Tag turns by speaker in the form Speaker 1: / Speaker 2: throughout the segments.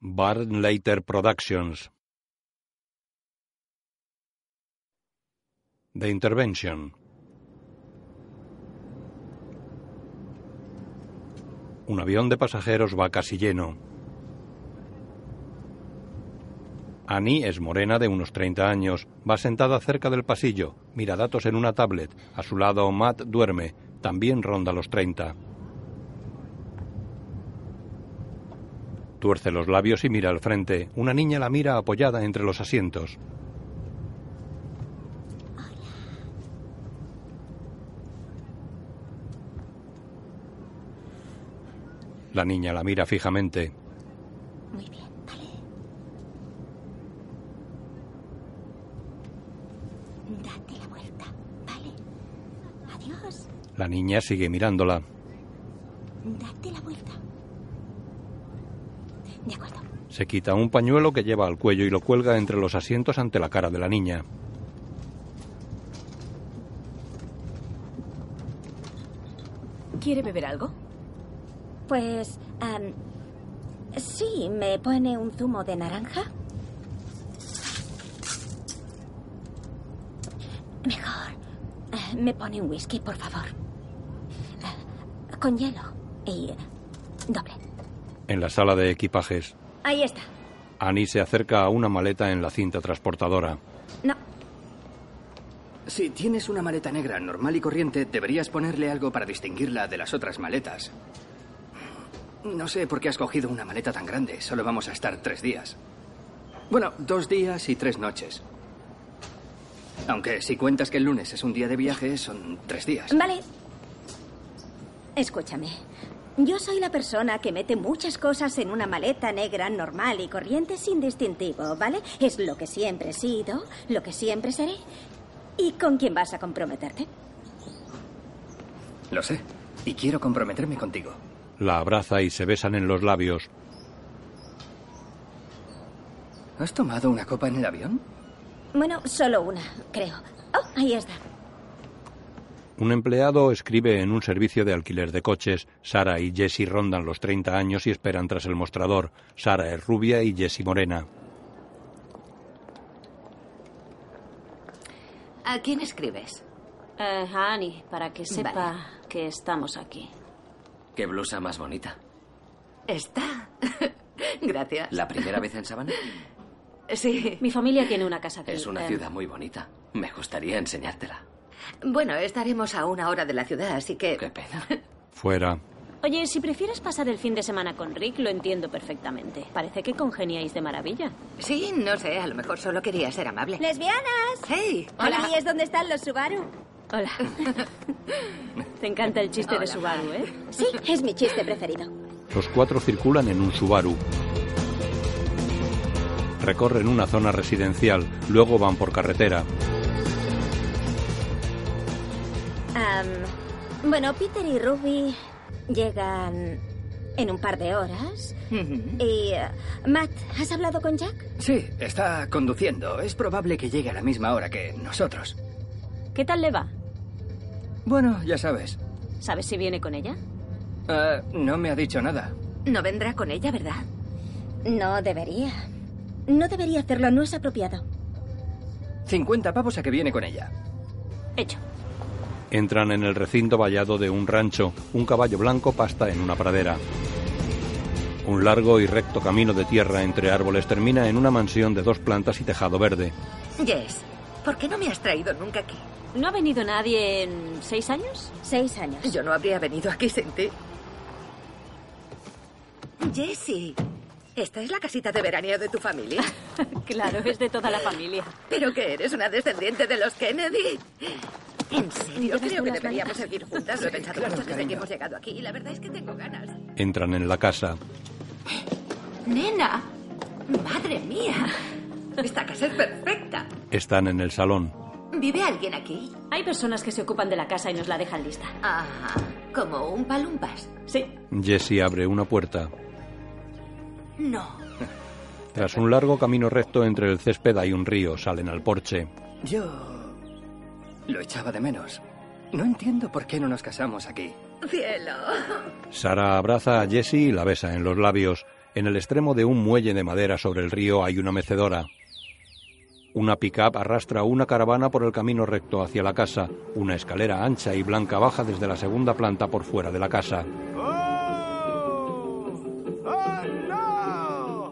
Speaker 1: Barnleiter Productions. The Intervention. Un avión de pasajeros va casi lleno. Annie es morena de unos 30 años. Va sentada cerca del pasillo. Mira datos en una tablet. A su lado, Matt duerme. También ronda los 30. Tuerce los labios y mira al frente. Una niña la mira apoyada entre los asientos. La niña la mira fijamente.
Speaker 2: Muy bien, vale. Date la vuelta, vale. Adiós.
Speaker 1: La niña sigue mirándola.
Speaker 2: Date la vuelta. De acuerdo.
Speaker 1: Se quita un pañuelo que lleva al cuello y lo cuelga entre los asientos ante la cara de la niña.
Speaker 3: ¿Quiere beber algo?
Speaker 2: Pues... am, sí, ¿me pone un zumo de naranja? Mejor. eh, me pone un whisky, por favor. Eh, con hielo y eh, doble.
Speaker 1: En la sala de equipajes,
Speaker 2: Ahí está.
Speaker 1: Annie se acerca a una maleta en la cinta transportadora.
Speaker 2: No,
Speaker 4: Si tienes una maleta negra normal y corriente, deberías ponerle algo para distinguirla de las otras maletas. No sé por qué has cogido una maleta tan grande. Solo vamos a estar tres días. Bueno, dos días y tres noches. Aunque si cuentas que el lunes es un día de viaje, son tres días.
Speaker 2: Vale. Escúchame. Yo soy la persona que mete muchas cosas en una maleta negra normal y corriente sin distintivo, ¿vale? Es lo que siempre he sido, lo que siempre seré. ¿Y con quién vas a comprometerte?
Speaker 4: Lo sé. Y quiero comprometerme contigo.
Speaker 1: La abraza y se besan en los labios.
Speaker 4: ¿Has tomado una copa en el avión?
Speaker 2: Bueno, solo una, creo. Oh, ahí está.
Speaker 1: Un empleado escribe en un servicio de alquiler de coches. Sara y Jesse rondan los 30 años y esperan tras el mostrador. Sara es rubia y Jesse morena.
Speaker 5: ¿A quién escribes?
Speaker 6: Eh, a Annie, para que sepa
Speaker 5: Vale.
Speaker 6: que estamos aquí.
Speaker 7: Qué blusa más bonita.
Speaker 5: Está. Gracias.
Speaker 7: ¿La primera vez en Sabana?
Speaker 5: Sí.
Speaker 6: Mi familia tiene una casa aquí.
Speaker 7: Es una
Speaker 6: eh,
Speaker 7: ciudad muy bonita. Me gustaría enseñártela.
Speaker 5: Bueno, estaremos a una hora de la ciudad, así que...
Speaker 7: Qué pena.
Speaker 1: Fuera.
Speaker 6: Oye, si prefieres pasar el fin de semana con Rick, lo entiendo perfectamente. Parece que congeniáis de maravilla.
Speaker 5: Sí, no sé, a lo mejor solo quería ser amable.
Speaker 2: ¡Lesbianas!
Speaker 5: ¡Hey!
Speaker 2: Ahí es donde están los Subaru.
Speaker 6: Hola. Te encanta el chiste de
Speaker 5: Hola.
Speaker 6: Subaru, ¿eh?
Speaker 2: Sí, es mi chiste preferido.
Speaker 1: Los cuatro circulan en un Subaru. Recorren una zona residencial, luego van por carretera.
Speaker 2: Am, bueno, Peter y Ruby llegan en un par de horas.
Speaker 5: Ujú.
Speaker 2: Y, eh, Matt, ¿has hablado con Jack?
Speaker 4: Sí, está conduciendo. Es probable que llegue a la misma hora que nosotros.
Speaker 6: ¿Qué tal le va?
Speaker 4: Bueno, ya sabes.
Speaker 6: ¿Sabes si viene con ella?
Speaker 4: Ah, no me ha dicho nada.
Speaker 5: No vendrá con ella, ¿verdad?
Speaker 2: No debería. No debería hacerlo, no es apropiado.
Speaker 4: 50 pavos a que viene con ella.
Speaker 6: Hecho.
Speaker 1: Entran en el recinto vallado de un rancho. Un caballo blanco pasta en una pradera. Un largo y recto camino de tierra entre árboles termina en una mansión de dos plantas y tejado verde.
Speaker 5: Yes. ¿Por qué no me has traído nunca aquí?
Speaker 6: ¿No ha venido nadie en seis años?
Speaker 2: Seis años.
Speaker 5: Yo no habría venido aquí sin ti. Jessie, ¿esta es la casita de veraneo de tu familia?
Speaker 6: claro, es de toda la familia.
Speaker 5: ¿Pero que eres una descendiente de los Kennedy? En serio, creo que deberíamos seguir juntas. Lo he pensado mucho desde que hemos llegado aquí y la verdad es que tengo ganas.
Speaker 1: Entran en la casa.
Speaker 5: Nena, madre mía, esta casa es perfecta.
Speaker 1: Están en el salón.
Speaker 5: ¿Vive alguien aquí?
Speaker 6: Hay personas que se ocupan de la casa y nos la dejan lista.
Speaker 5: Ah, como un palumpas.
Speaker 6: Sí.
Speaker 1: Jesse abre una puerta.
Speaker 5: No.
Speaker 1: Tras un largo camino recto entre el césped hay un río. Salen al porche.
Speaker 4: Yo lo echaba de menos. No entiendo por qué no nos casamos aquí.
Speaker 5: Cielo.
Speaker 1: Sara abraza a Jesse y la besa en los labios. En el extremo de un muelle de madera sobre el río hay una mecedora. Una pick-up arrastra una caravana por el camino recto hacia la casa. Una escalera ancha y blanca baja desde la segunda planta por fuera de la casa.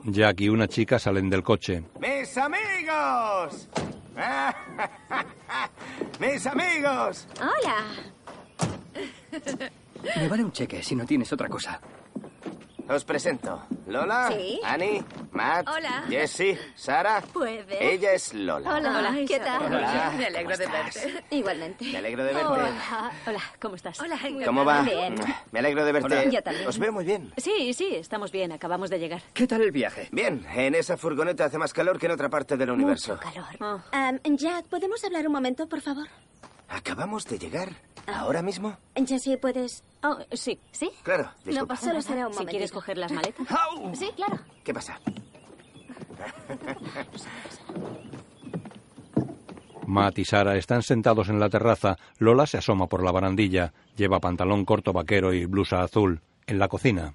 Speaker 1: Jack y una chica salen del coche.
Speaker 8: ¡Mis amigos! ¡Mis amigos!
Speaker 2: Hola.
Speaker 4: Me vale un cheque si no tienes otra cosa.
Speaker 8: Os presento. Lola,
Speaker 2: Sí.
Speaker 8: Annie, Matt,
Speaker 5: Hola.
Speaker 8: Jessie, Sara.
Speaker 2: Puede.
Speaker 8: Ella es Lola.
Speaker 2: Pues Hola,
Speaker 5: Hola,
Speaker 2: ¿qué tal?
Speaker 8: Hola.
Speaker 5: Me alegro de
Speaker 8: ¿Cómo estás?
Speaker 5: verte.
Speaker 2: Igualmente.
Speaker 8: Me alegro de verte.
Speaker 6: Hola, hola, ¿cómo estás?
Speaker 5: Hola,
Speaker 8: ¿Cómo va?
Speaker 2: Bien.
Speaker 8: Ah, Me alegro de verte.
Speaker 2: Hola. Yo también.
Speaker 8: Os veo muy bien.
Speaker 6: Sí, sí, estamos bien, acabamos de llegar.
Speaker 4: ¿Qué tal el viaje?
Speaker 8: Bien, en esa furgoneta hace más calor que en otra parte del universo.
Speaker 2: Mucho calor.
Speaker 6: Ah.
Speaker 2: Um, Jack, ¿podemos hablar un momento, por favor?
Speaker 8: ¿Acabamos de llegar? ¿Ahora mismo?
Speaker 2: Jessie, ¿puedes...?
Speaker 6: Oh, sí.
Speaker 2: ¿Sí?
Speaker 8: Claro,
Speaker 6: No
Speaker 8: disculpa.
Speaker 6: pasa
Speaker 2: Solo
Speaker 6: nada.
Speaker 2: será un
Speaker 6: Ah, Si
Speaker 2: momentito.
Speaker 6: quieres coger las maletas.
Speaker 8: ¡Au!
Speaker 2: Sí, claro.
Speaker 8: ¿Qué pasa?
Speaker 1: Matt y Sara están sentados en la terraza. Lola se asoma por la barandilla. Lleva pantalón corto vaquero y blusa azul. En la cocina.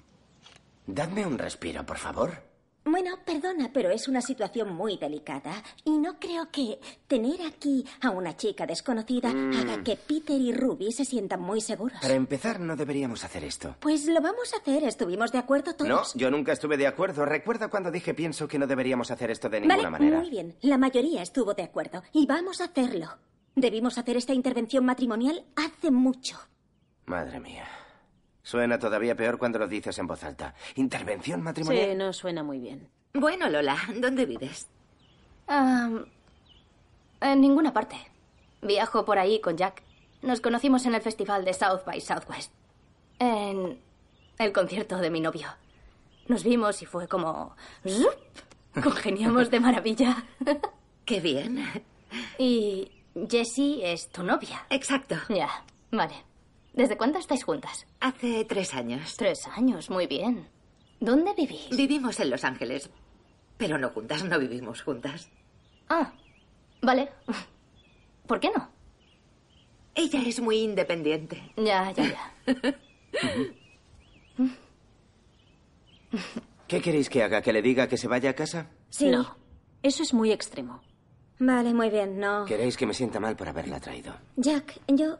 Speaker 7: Dadme un respiro, por favor.
Speaker 2: Bueno, perdona, pero es una situación muy delicada y no creo que tener aquí a una chica desconocida
Speaker 8: Mm.
Speaker 2: haga que Peter y Ruby se sientan muy seguros.
Speaker 8: Para empezar, no deberíamos hacer esto.
Speaker 2: Pues lo vamos a hacer, estuvimos de acuerdo
Speaker 8: No,
Speaker 2: todos.
Speaker 8: yo nunca estuve de acuerdo. Recuerda cuando dije pienso que no deberíamos hacer esto de
Speaker 2: vale,
Speaker 8: ninguna manera.
Speaker 2: muy bien, la mayoría estuvo de acuerdo y vamos a hacerlo. Debimos hacer esta intervención matrimonial hace mucho.
Speaker 8: Madre mía. Suena todavía peor cuando lo dices en voz alta. Intervención
Speaker 6: Sí,
Speaker 8: matrimonial.
Speaker 6: no suena muy bien.
Speaker 5: Bueno, Lola, ¿dónde vives?
Speaker 9: Ah, en ninguna parte. Viajo por ahí con Jack. Nos conocimos en el festival de South by Southwest. En el concierto de mi novio. Nos vimos y fue como... ¡zup! Congeniamos de maravilla.
Speaker 5: Qué bien.
Speaker 9: Y Jessie es tu novia.
Speaker 5: Exacto.
Speaker 9: Ya, vale. ¿Desde cuándo estáis juntas?
Speaker 5: Hace tres años.
Speaker 9: Tres años, muy bien. ¿Dónde vivís?
Speaker 5: Vivimos en Los Ángeles, pero no juntas, no vivimos juntas.
Speaker 9: Ah, vale. ¿Por qué no?
Speaker 5: Ella es muy independiente.
Speaker 9: Ya, ya, ya.
Speaker 8: ¿Qué queréis que haga? ¿Que le diga que se vaya a casa?
Speaker 2: Sí.
Speaker 6: No, eso es muy extremo.
Speaker 2: Vale, muy bien, no.
Speaker 8: ¿Queréis que me sienta mal por haberla traído?
Speaker 2: Jack, yo...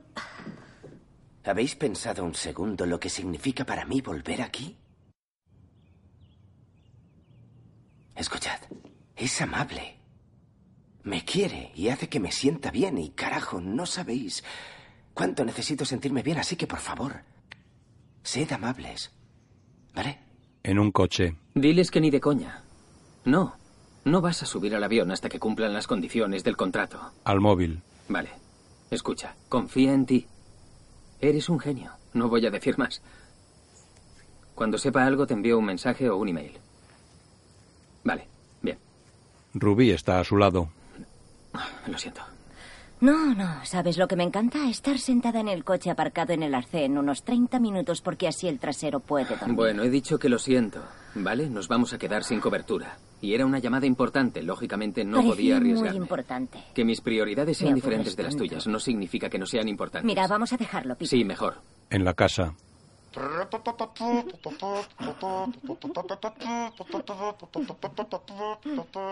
Speaker 8: ¿Habéis pensado un segundo lo que significa para mí volver aquí? Escuchad, es amable. Me quiere y hace que me sienta bien y carajo, no sabéis cuánto necesito sentirme bien, así que por favor, sed amables. ¿Vale?
Speaker 1: En un coche.
Speaker 10: Diles que ni de coña. No, no vas a subir al avión hasta que cumplan las condiciones del contrato.
Speaker 1: Al móvil.
Speaker 10: Vale. Escucha, confía en ti. Eres un genio. No voy a decir más. Cuando sepa algo te envío un mensaje o un email. Vale, bien.
Speaker 1: Rubí está a su lado.
Speaker 10: Lo siento.
Speaker 11: No, no, ¿sabes lo que me encanta? Estar sentada en el coche aparcado en el arcén unos 30 minutos porque así el trasero puede dormir.
Speaker 10: Bueno, he dicho que lo siento. Vale, nos vamos a quedar sin cobertura. Y era una llamada importante. Lógicamente no
Speaker 11: Parecía
Speaker 10: podía
Speaker 11: muy
Speaker 10: arriesgarme.
Speaker 11: importante.
Speaker 10: Que mis prioridades sean
Speaker 11: Me aburres
Speaker 10: diferentes de las
Speaker 11: tanto.
Speaker 10: tuyas no significa que no sean importantes.
Speaker 11: Mira, vamos a dejarlo, Peter.
Speaker 10: Sí, mejor.
Speaker 1: En la casa.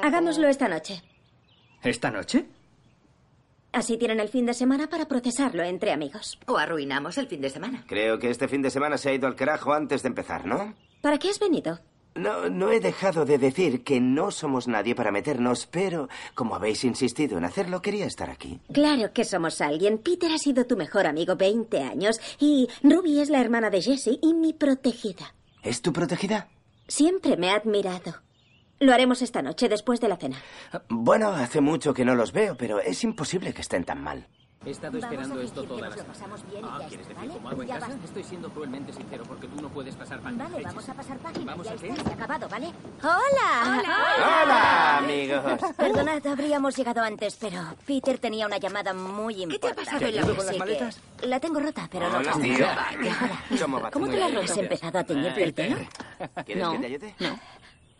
Speaker 2: Hagámoslo esta noche.
Speaker 4: ¿Esta noche?
Speaker 2: Así tienen el fin de semana para procesarlo entre amigos.
Speaker 5: O arruinamos el fin de semana.
Speaker 8: Creo que este fin de semana se ha ido al carajo antes de empezar, ¿no?
Speaker 2: ¿Para qué has venido?
Speaker 8: No, no he dejado de decir que no somos nadie para meternos, pero como habéis insistido en hacerlo, quería estar aquí.
Speaker 2: Claro que somos alguien. Peter ha sido tu mejor amigo 20 años y Ruby es la hermana de Jessie y mi protegida.
Speaker 8: ¿Es tu protegida?
Speaker 2: Siempre me ha admirado. Lo haremos esta noche después de la cena.
Speaker 8: Bueno, hace mucho que no los veo, pero es imposible que estén tan mal.
Speaker 10: He estado esperando esto toda la semana.
Speaker 2: pasamos bien
Speaker 10: Ah, ¿quieres decir como hago en casa? Estoy siendo cruelmente sincero porque tú no puedes pasar mal. Eh,
Speaker 2: Vale, vamos a pasar página.
Speaker 10: Vamos
Speaker 2: ya
Speaker 10: a
Speaker 2: está,
Speaker 10: ver.
Speaker 2: se ha acabado, ¿vale? ¡Hola!
Speaker 8: ¡Hola, amigos!
Speaker 11: Perdonad, habríamos llegado antes, pero Peter tenía una llamada muy importante.
Speaker 5: ¿Qué te ha pasado en la
Speaker 11: Así
Speaker 5: con las
Speaker 11: que
Speaker 5: maletas?
Speaker 11: La tengo rota, pero no
Speaker 8: Hola,
Speaker 11: pasa
Speaker 8: tío.
Speaker 11: nada.
Speaker 8: ¿Cómo va
Speaker 11: ¿Cómo
Speaker 8: todo?
Speaker 11: te la has roto? ¿Has empezado a teñirte el pelo?
Speaker 8: ¿Quieres que te ayude?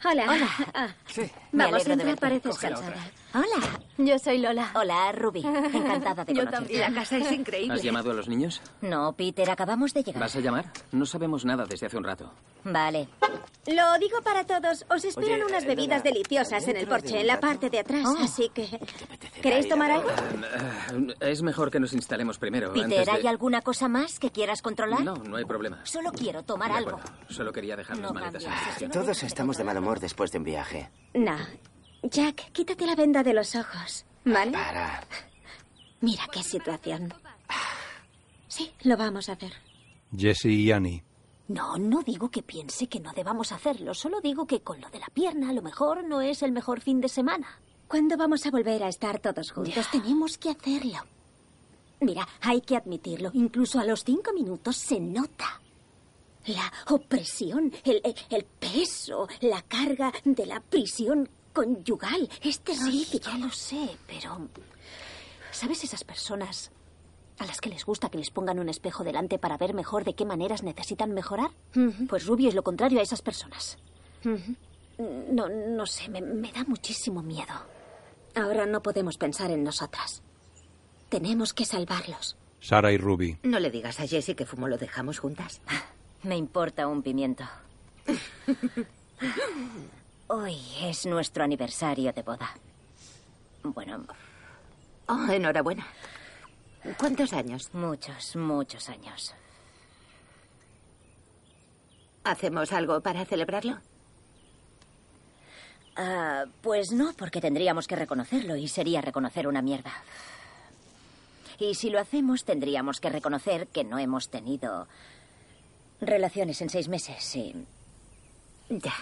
Speaker 2: Hola. Hola.
Speaker 8: Sí.
Speaker 11: Me
Speaker 2: Vamos,
Speaker 11: alegro de
Speaker 2: entra,
Speaker 11: verte.
Speaker 2: pareces
Speaker 10: Coge la otra.
Speaker 2: cansada. Hola.
Speaker 9: Yo soy Lola.
Speaker 11: Hola, Ruby. Encantada de
Speaker 9: Yo
Speaker 11: conocerte.
Speaker 9: también.
Speaker 5: La casa es increíble.
Speaker 10: ¿Has llamado a los niños?
Speaker 11: No, Peter, acabamos de llegar.
Speaker 10: ¿Vas a llamar? No sabemos nada desde hace un rato.
Speaker 11: Vale.
Speaker 2: Lo digo para todos. Os esperan
Speaker 10: Oye,
Speaker 2: unas
Speaker 10: Lola,
Speaker 2: bebidas deliciosas en el
Speaker 10: dentro de
Speaker 2: porche,
Speaker 10: un
Speaker 2: en la
Speaker 10: rato-
Speaker 2: parte de atrás.
Speaker 11: Oh.
Speaker 2: Así que. ¿Queréis tomar algo?
Speaker 10: Eh, Es mejor que nos instalemos primero. antes
Speaker 11: Peter,
Speaker 10: de-
Speaker 11: ¿hay alguna cosa más que quieras controlar?
Speaker 10: No, no hay problema.
Speaker 11: Solo quiero tomar
Speaker 10: De
Speaker 11: algo.
Speaker 10: acuerdo. Solo quería dejar las maletas. aquí.
Speaker 8: Todos estamos de mal humor después de un viaje.
Speaker 2: No. Jack, quítate la venda de los ojos. ¿Vale?
Speaker 10: Ah.
Speaker 8: Para.
Speaker 2: Mira qué situación. Sí, lo vamos a hacer.
Speaker 1: Jesse y Annie.
Speaker 6: No, no digo que piense que no debamos hacerlo. Solo digo que con lo de la pierna a lo mejor no es el mejor fin de semana.
Speaker 2: ¿Cuándo vamos a volver a estar todos juntos? Tenemos que hacerlo. Mira, hay que admitirlo. Incluso a los cinco minutos se nota. La opresión, el, el- el peso, la carga de la prisión conyugal. Es
Speaker 6: Sí,
Speaker 2: terrorífico.
Speaker 6: ya lo sé, pero... ¿Sabes esas personas a las que les gusta que les pongan un espejo delante para ver mejor de qué maneras necesitan mejorar? Pues Rubio es lo contrario a esas personas. No, no sé, me, me da muchísimo miedo.
Speaker 2: Ahora no podemos pensar en nosotras. Tenemos que salvarlos.
Speaker 1: Sara y Ruby.
Speaker 5: No le digas a Jessie que fumo lo dejamos juntas.
Speaker 11: Me importa un pimiento. Hoy es nuestro aniversario de boda. Bueno,
Speaker 5: Oh, enhorabuena. ¿Cuántos años?
Speaker 11: muchos, muchos años.
Speaker 5: ¿Hacemos algo para celebrarlo?
Speaker 11: Ah, pues no, porque tendríamos que reconocerlo y sería reconocer una mierda. Y si lo hacemos, tendríamos que reconocer que no hemos tenido relaciones en seis meses. Sí.
Speaker 5: Ya.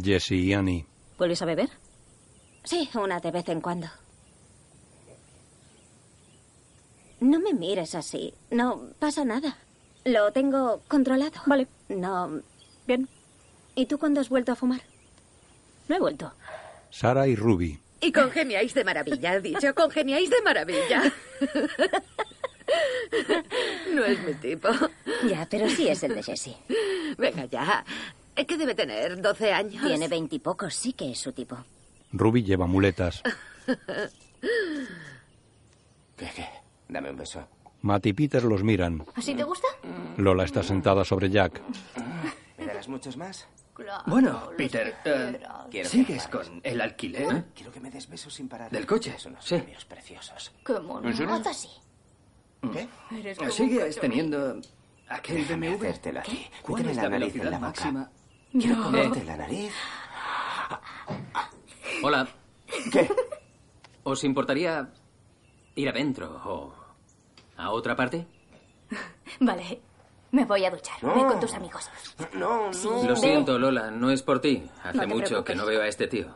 Speaker 1: Jesse y Annie.
Speaker 6: ¿Vuelves a beber?
Speaker 2: Sí, una de vez en cuando. No me mires así. No pasa nada. Lo tengo controlado.
Speaker 6: Vale.
Speaker 2: No.
Speaker 6: Bien.
Speaker 2: ¿Y tú cuándo has vuelto a fumar?
Speaker 6: No he vuelto.
Speaker 1: Sara y Ruby.
Speaker 5: Y congeniáis de maravilla, has dicho. Congeniáis de maravilla. No es mi tipo.
Speaker 11: Ya, pero sí es el de Jesse.
Speaker 5: Venga ya. ¿Qué debe tener? ¿12 años?
Speaker 11: Tiene veintipocos, sí que es su tipo.
Speaker 1: Ruby lleva muletas.
Speaker 8: ¿Qué, qué? Dame un beso.
Speaker 1: Matt y Peter los miran.
Speaker 9: ¿Así te gusta?
Speaker 1: Lola está sentada sobre Jack.
Speaker 8: ¿Me darás muchos más?
Speaker 9: Claro.
Speaker 4: Bueno, Peter, eh,
Speaker 8: Quiero que
Speaker 4: ¿sigues
Speaker 8: me pares.
Speaker 4: con el alquiler?
Speaker 8: Quiero que me des besos sin parar.
Speaker 4: ¿Del coche?
Speaker 8: Son unos
Speaker 4: Sí.
Speaker 8: cambios preciosos.
Speaker 9: Qué mono.
Speaker 4: ¿En serio?
Speaker 9: Haz así.
Speaker 8: ¿Qué?
Speaker 9: Eres como un
Speaker 4: ¿Sigues
Speaker 9: cachorro.
Speaker 4: teniendo aquel
Speaker 8: Déjame
Speaker 4: BMW?
Speaker 8: hacértelo a ti.
Speaker 4: ¿Cuál
Speaker 8: Méteme
Speaker 4: es
Speaker 8: la
Speaker 4: la
Speaker 8: nariz en
Speaker 4: velocidad
Speaker 8: la boca.
Speaker 4: máxima?
Speaker 8: Quiero comerte la nariz.
Speaker 10: Hola.
Speaker 8: ¿Qué?
Speaker 10: ¿Os importaría ir adentro o a otra parte?
Speaker 9: Vale. Me voy a duchar.
Speaker 8: No.
Speaker 9: Ve con tus amigos.
Speaker 8: No, no.
Speaker 10: Lo siento, Lola, no es por ti. Hace
Speaker 9: No te
Speaker 10: mucho que
Speaker 9: preocupes.
Speaker 10: no veo a este tío.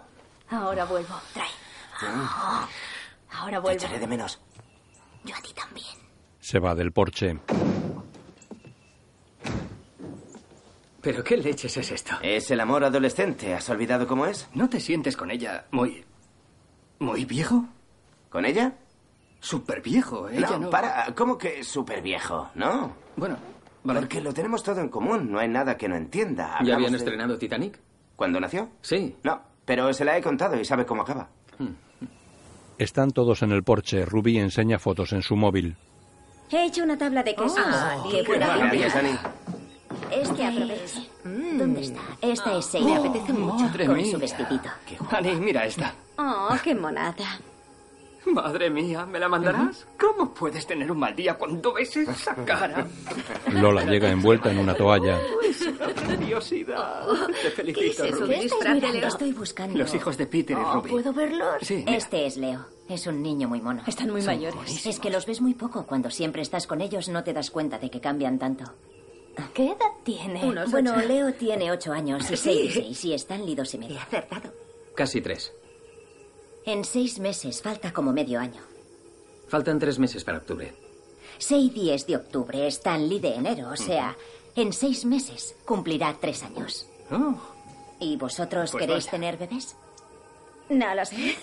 Speaker 9: Ahora vuelvo. Trae. Ah, Ahora
Speaker 8: Te
Speaker 9: vuelvo.
Speaker 8: echaré de menos.
Speaker 9: Yo a ti también.
Speaker 1: Se va del porche.
Speaker 10: ¿Pero qué leches es esto?
Speaker 8: Es el amor adolescente. ¿Has olvidado cómo es?
Speaker 4: Eh, ¿No te sientes con ella muy... muy viejo?
Speaker 8: ¿Con ella?
Speaker 4: Súper viejo, ella
Speaker 8: no,
Speaker 4: no...
Speaker 8: para. ¿Cómo que súper viejo? No.
Speaker 4: Bueno, vale.
Speaker 8: Porque lo tenemos todo en común. No hay nada que no entienda.
Speaker 10: ¿Ya
Speaker 8: Hablamos
Speaker 10: habían
Speaker 8: de-
Speaker 10: estrenado Titanic?
Speaker 8: ¿Cuándo nació?
Speaker 10: Sí.
Speaker 8: No, pero se la he contado y sabe cómo acaba.
Speaker 1: Están todos en el porche. Ruby enseña fotos en su móvil.
Speaker 2: He hecho una tabla de quesos.
Speaker 9: Ah,
Speaker 11: qué buena
Speaker 8: Gracias, Annie.
Speaker 11: Este aprovecha.
Speaker 9: Mm.
Speaker 11: ¿Dónde está? Esta es ella.
Speaker 9: Oh,
Speaker 4: Me apetece mucho. Oh, Madre
Speaker 11: con
Speaker 4: mía.
Speaker 11: su vestidito.
Speaker 4: Qué guapa. Annie, mira esta.
Speaker 2: Oh, qué monada.
Speaker 4: Madre mía, ¿me la mandarás? ¿Cómo puedes tener un mal día cuando ves esa cara?
Speaker 1: Lola llega envuelta en una toalla.
Speaker 4: Es una preciosidad. Te
Speaker 5: ¿Qué es
Speaker 4: felicito,
Speaker 5: eso?
Speaker 4: Ruby.
Speaker 5: ¿Un disfraz de Leo?
Speaker 11: Estoy buscando.
Speaker 4: Los hijos de Peter y
Speaker 9: Oh,
Speaker 4: Ruby.
Speaker 9: ¿Puedo verlos?
Speaker 4: Sí, mira.
Speaker 11: Este es Leo. Es un niño muy mono.
Speaker 3: Están muy mayores.
Speaker 11: Es que los ves muy poco. Cuando siempre estás con ellos no te das cuenta de que cambian tanto.
Speaker 9: ¿Qué edad tiene?
Speaker 5: Unos
Speaker 11: Bueno,
Speaker 5: ocho.
Speaker 11: Leo tiene ocho años y seis y seis y están lidos y
Speaker 5: He
Speaker 11: medio.
Speaker 5: acertado.
Speaker 10: Casi tres.
Speaker 11: En seis meses falta como medio año.
Speaker 10: Faltan tres meses para octubre.
Speaker 11: Seis días de octubre, Stanley de enero, o sea, en seis meses cumplirá tres años.
Speaker 4: Oh,
Speaker 11: ¿Y vosotros
Speaker 4: Pues
Speaker 11: queréis
Speaker 4: vaya.
Speaker 11: tener bebés?
Speaker 2: No lo sé.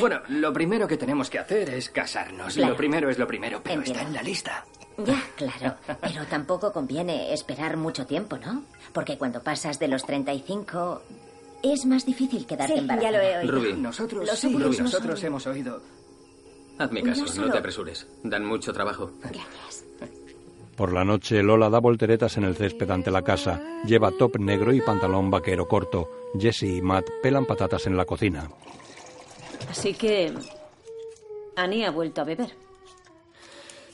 Speaker 4: Bueno, lo primero que tenemos que hacer es casarnos.
Speaker 11: Claro.
Speaker 4: Lo primero es lo primero, pero
Speaker 11: Entiendo.
Speaker 4: está en la lista.
Speaker 11: Ya, claro. Pero tampoco conviene esperar mucho tiempo, ¿no? Porque cuando pasas de los 35,
Speaker 2: Es más difícil quedarte
Speaker 12: Sí,
Speaker 2: embarazada.
Speaker 12: ya lo he oído.
Speaker 10: Ruby.
Speaker 4: Nosotros,
Speaker 12: Los
Speaker 4: sí,
Speaker 12: seguros no
Speaker 4: Ruby,
Speaker 12: son-
Speaker 4: nosotros hemos oído.
Speaker 10: Hazme
Speaker 4: Yo
Speaker 10: caso, no
Speaker 4: solo-
Speaker 10: te apresures. Dan mucho trabajo.
Speaker 1: Por la noche, Lola da volteretas en el césped ante la casa. Lleva top negro y pantalón vaquero corto. Jesse y Matt pelan patatas en la cocina.
Speaker 6: Así que. Annie ha vuelto a beber.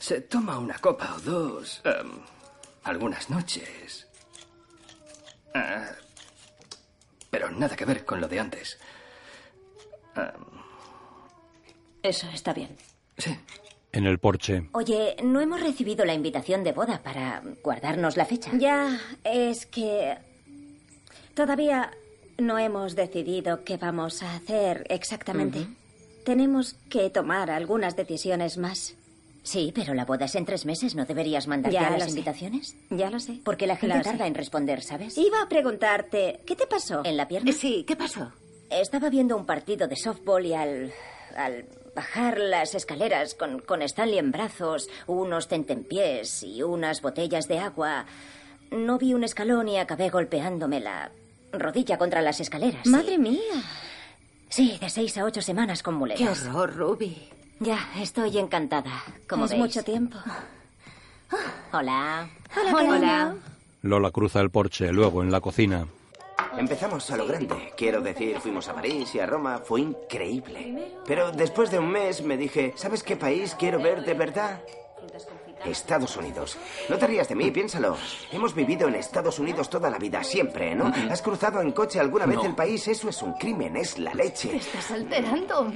Speaker 4: Se toma una copa o dos. em, algunas noches. Ah, pero nada que ver con lo de antes. Em,
Speaker 6: Eso está bien.
Speaker 1: En el porche,
Speaker 2: Oye, no hemos recibido la invitación de boda para guardarnos la fecha.
Speaker 12: Ya, es que todavía no hemos decidido qué vamos a hacer exactamente. Tenemos que tomar algunas decisiones más.
Speaker 2: Sí, pero la boda es en tres meses. ¿No deberías mandar
Speaker 12: Ya
Speaker 2: ya,
Speaker 12: lo
Speaker 2: las
Speaker 12: sé.
Speaker 2: invitaciones?
Speaker 12: Ya lo sé.
Speaker 2: Porque la gente
Speaker 12: Lo sé.
Speaker 2: tarda en responder, ¿sabes?
Speaker 12: Iba a preguntarte, ¿qué te pasó?
Speaker 2: ¿En la pierna? Sí, ¿qué pasó? Estaba viendo un partido de softball y al. al bajar las escaleras con, con Stanley en brazos, unos tentempiés y unas botellas de agua, no vi un escalón y acabé golpeándome la rodilla contra las escaleras.
Speaker 12: Madre mía.
Speaker 2: Sí, de seis a ocho semanas con muletas.
Speaker 12: Qué
Speaker 2: horror, Ruby! Ya, estoy encantada. Como
Speaker 12: es
Speaker 2: veis.
Speaker 12: mucho tiempo.
Speaker 2: Hola.
Speaker 12: Hola,
Speaker 2: Hola.
Speaker 1: Lola cruza el porche, luego en la cocina.
Speaker 8: Empezamos a lo grande. Quiero decir, fuimos a París y a Roma. Fue increíble. Pero después de un mes me dije, ¿sabes qué país quiero ver de verdad? Estados Unidos. No te rías de mí, piénsalo. Hemos vivido en Estados Unidos toda la vida, siempre, ¿no? ¿Has cruzado en coche alguna vez
Speaker 13: No.
Speaker 8: el país? Eso es un crimen, es la
Speaker 5: Te
Speaker 8: leche. Mm.
Speaker 5: estás alterando.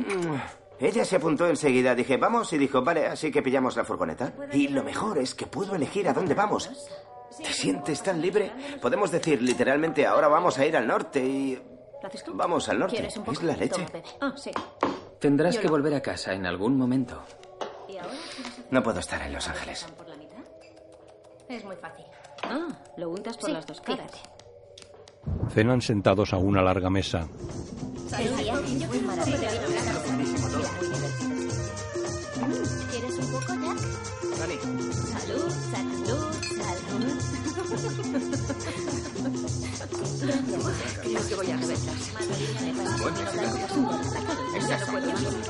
Speaker 8: Ella se apuntó enseguida, dije, vamos, y dijo, vale, así que pillamos la furgoneta. Y lo mejor es que puedo elegir a dónde vamos. ¿Te sientes tan libre? Podemos decir literalmente, ahora vamos a ir al norte y...
Speaker 6: ¿Lo haces tú?
Speaker 8: Vamos al norte.
Speaker 6: ¿Quieres un poco?
Speaker 8: Es la leche.
Speaker 6: Toma, bebe. Ah, sí.
Speaker 10: Tendrás
Speaker 6: Yo
Speaker 10: que
Speaker 6: no.
Speaker 10: volver a casa en algún momento.
Speaker 6: ¿Y ahora?
Speaker 8: No puedo estar en Los Ángeles.
Speaker 5: Es muy fácil.
Speaker 6: Ah, lo untas por
Speaker 5: Sí,
Speaker 6: las dos caras.
Speaker 1: Cenan sentados a una larga mesa.
Speaker 2: Mm,
Speaker 14: ¿Quieres un poco, Jack?
Speaker 6: Salud, salud, salud. Creo que voy a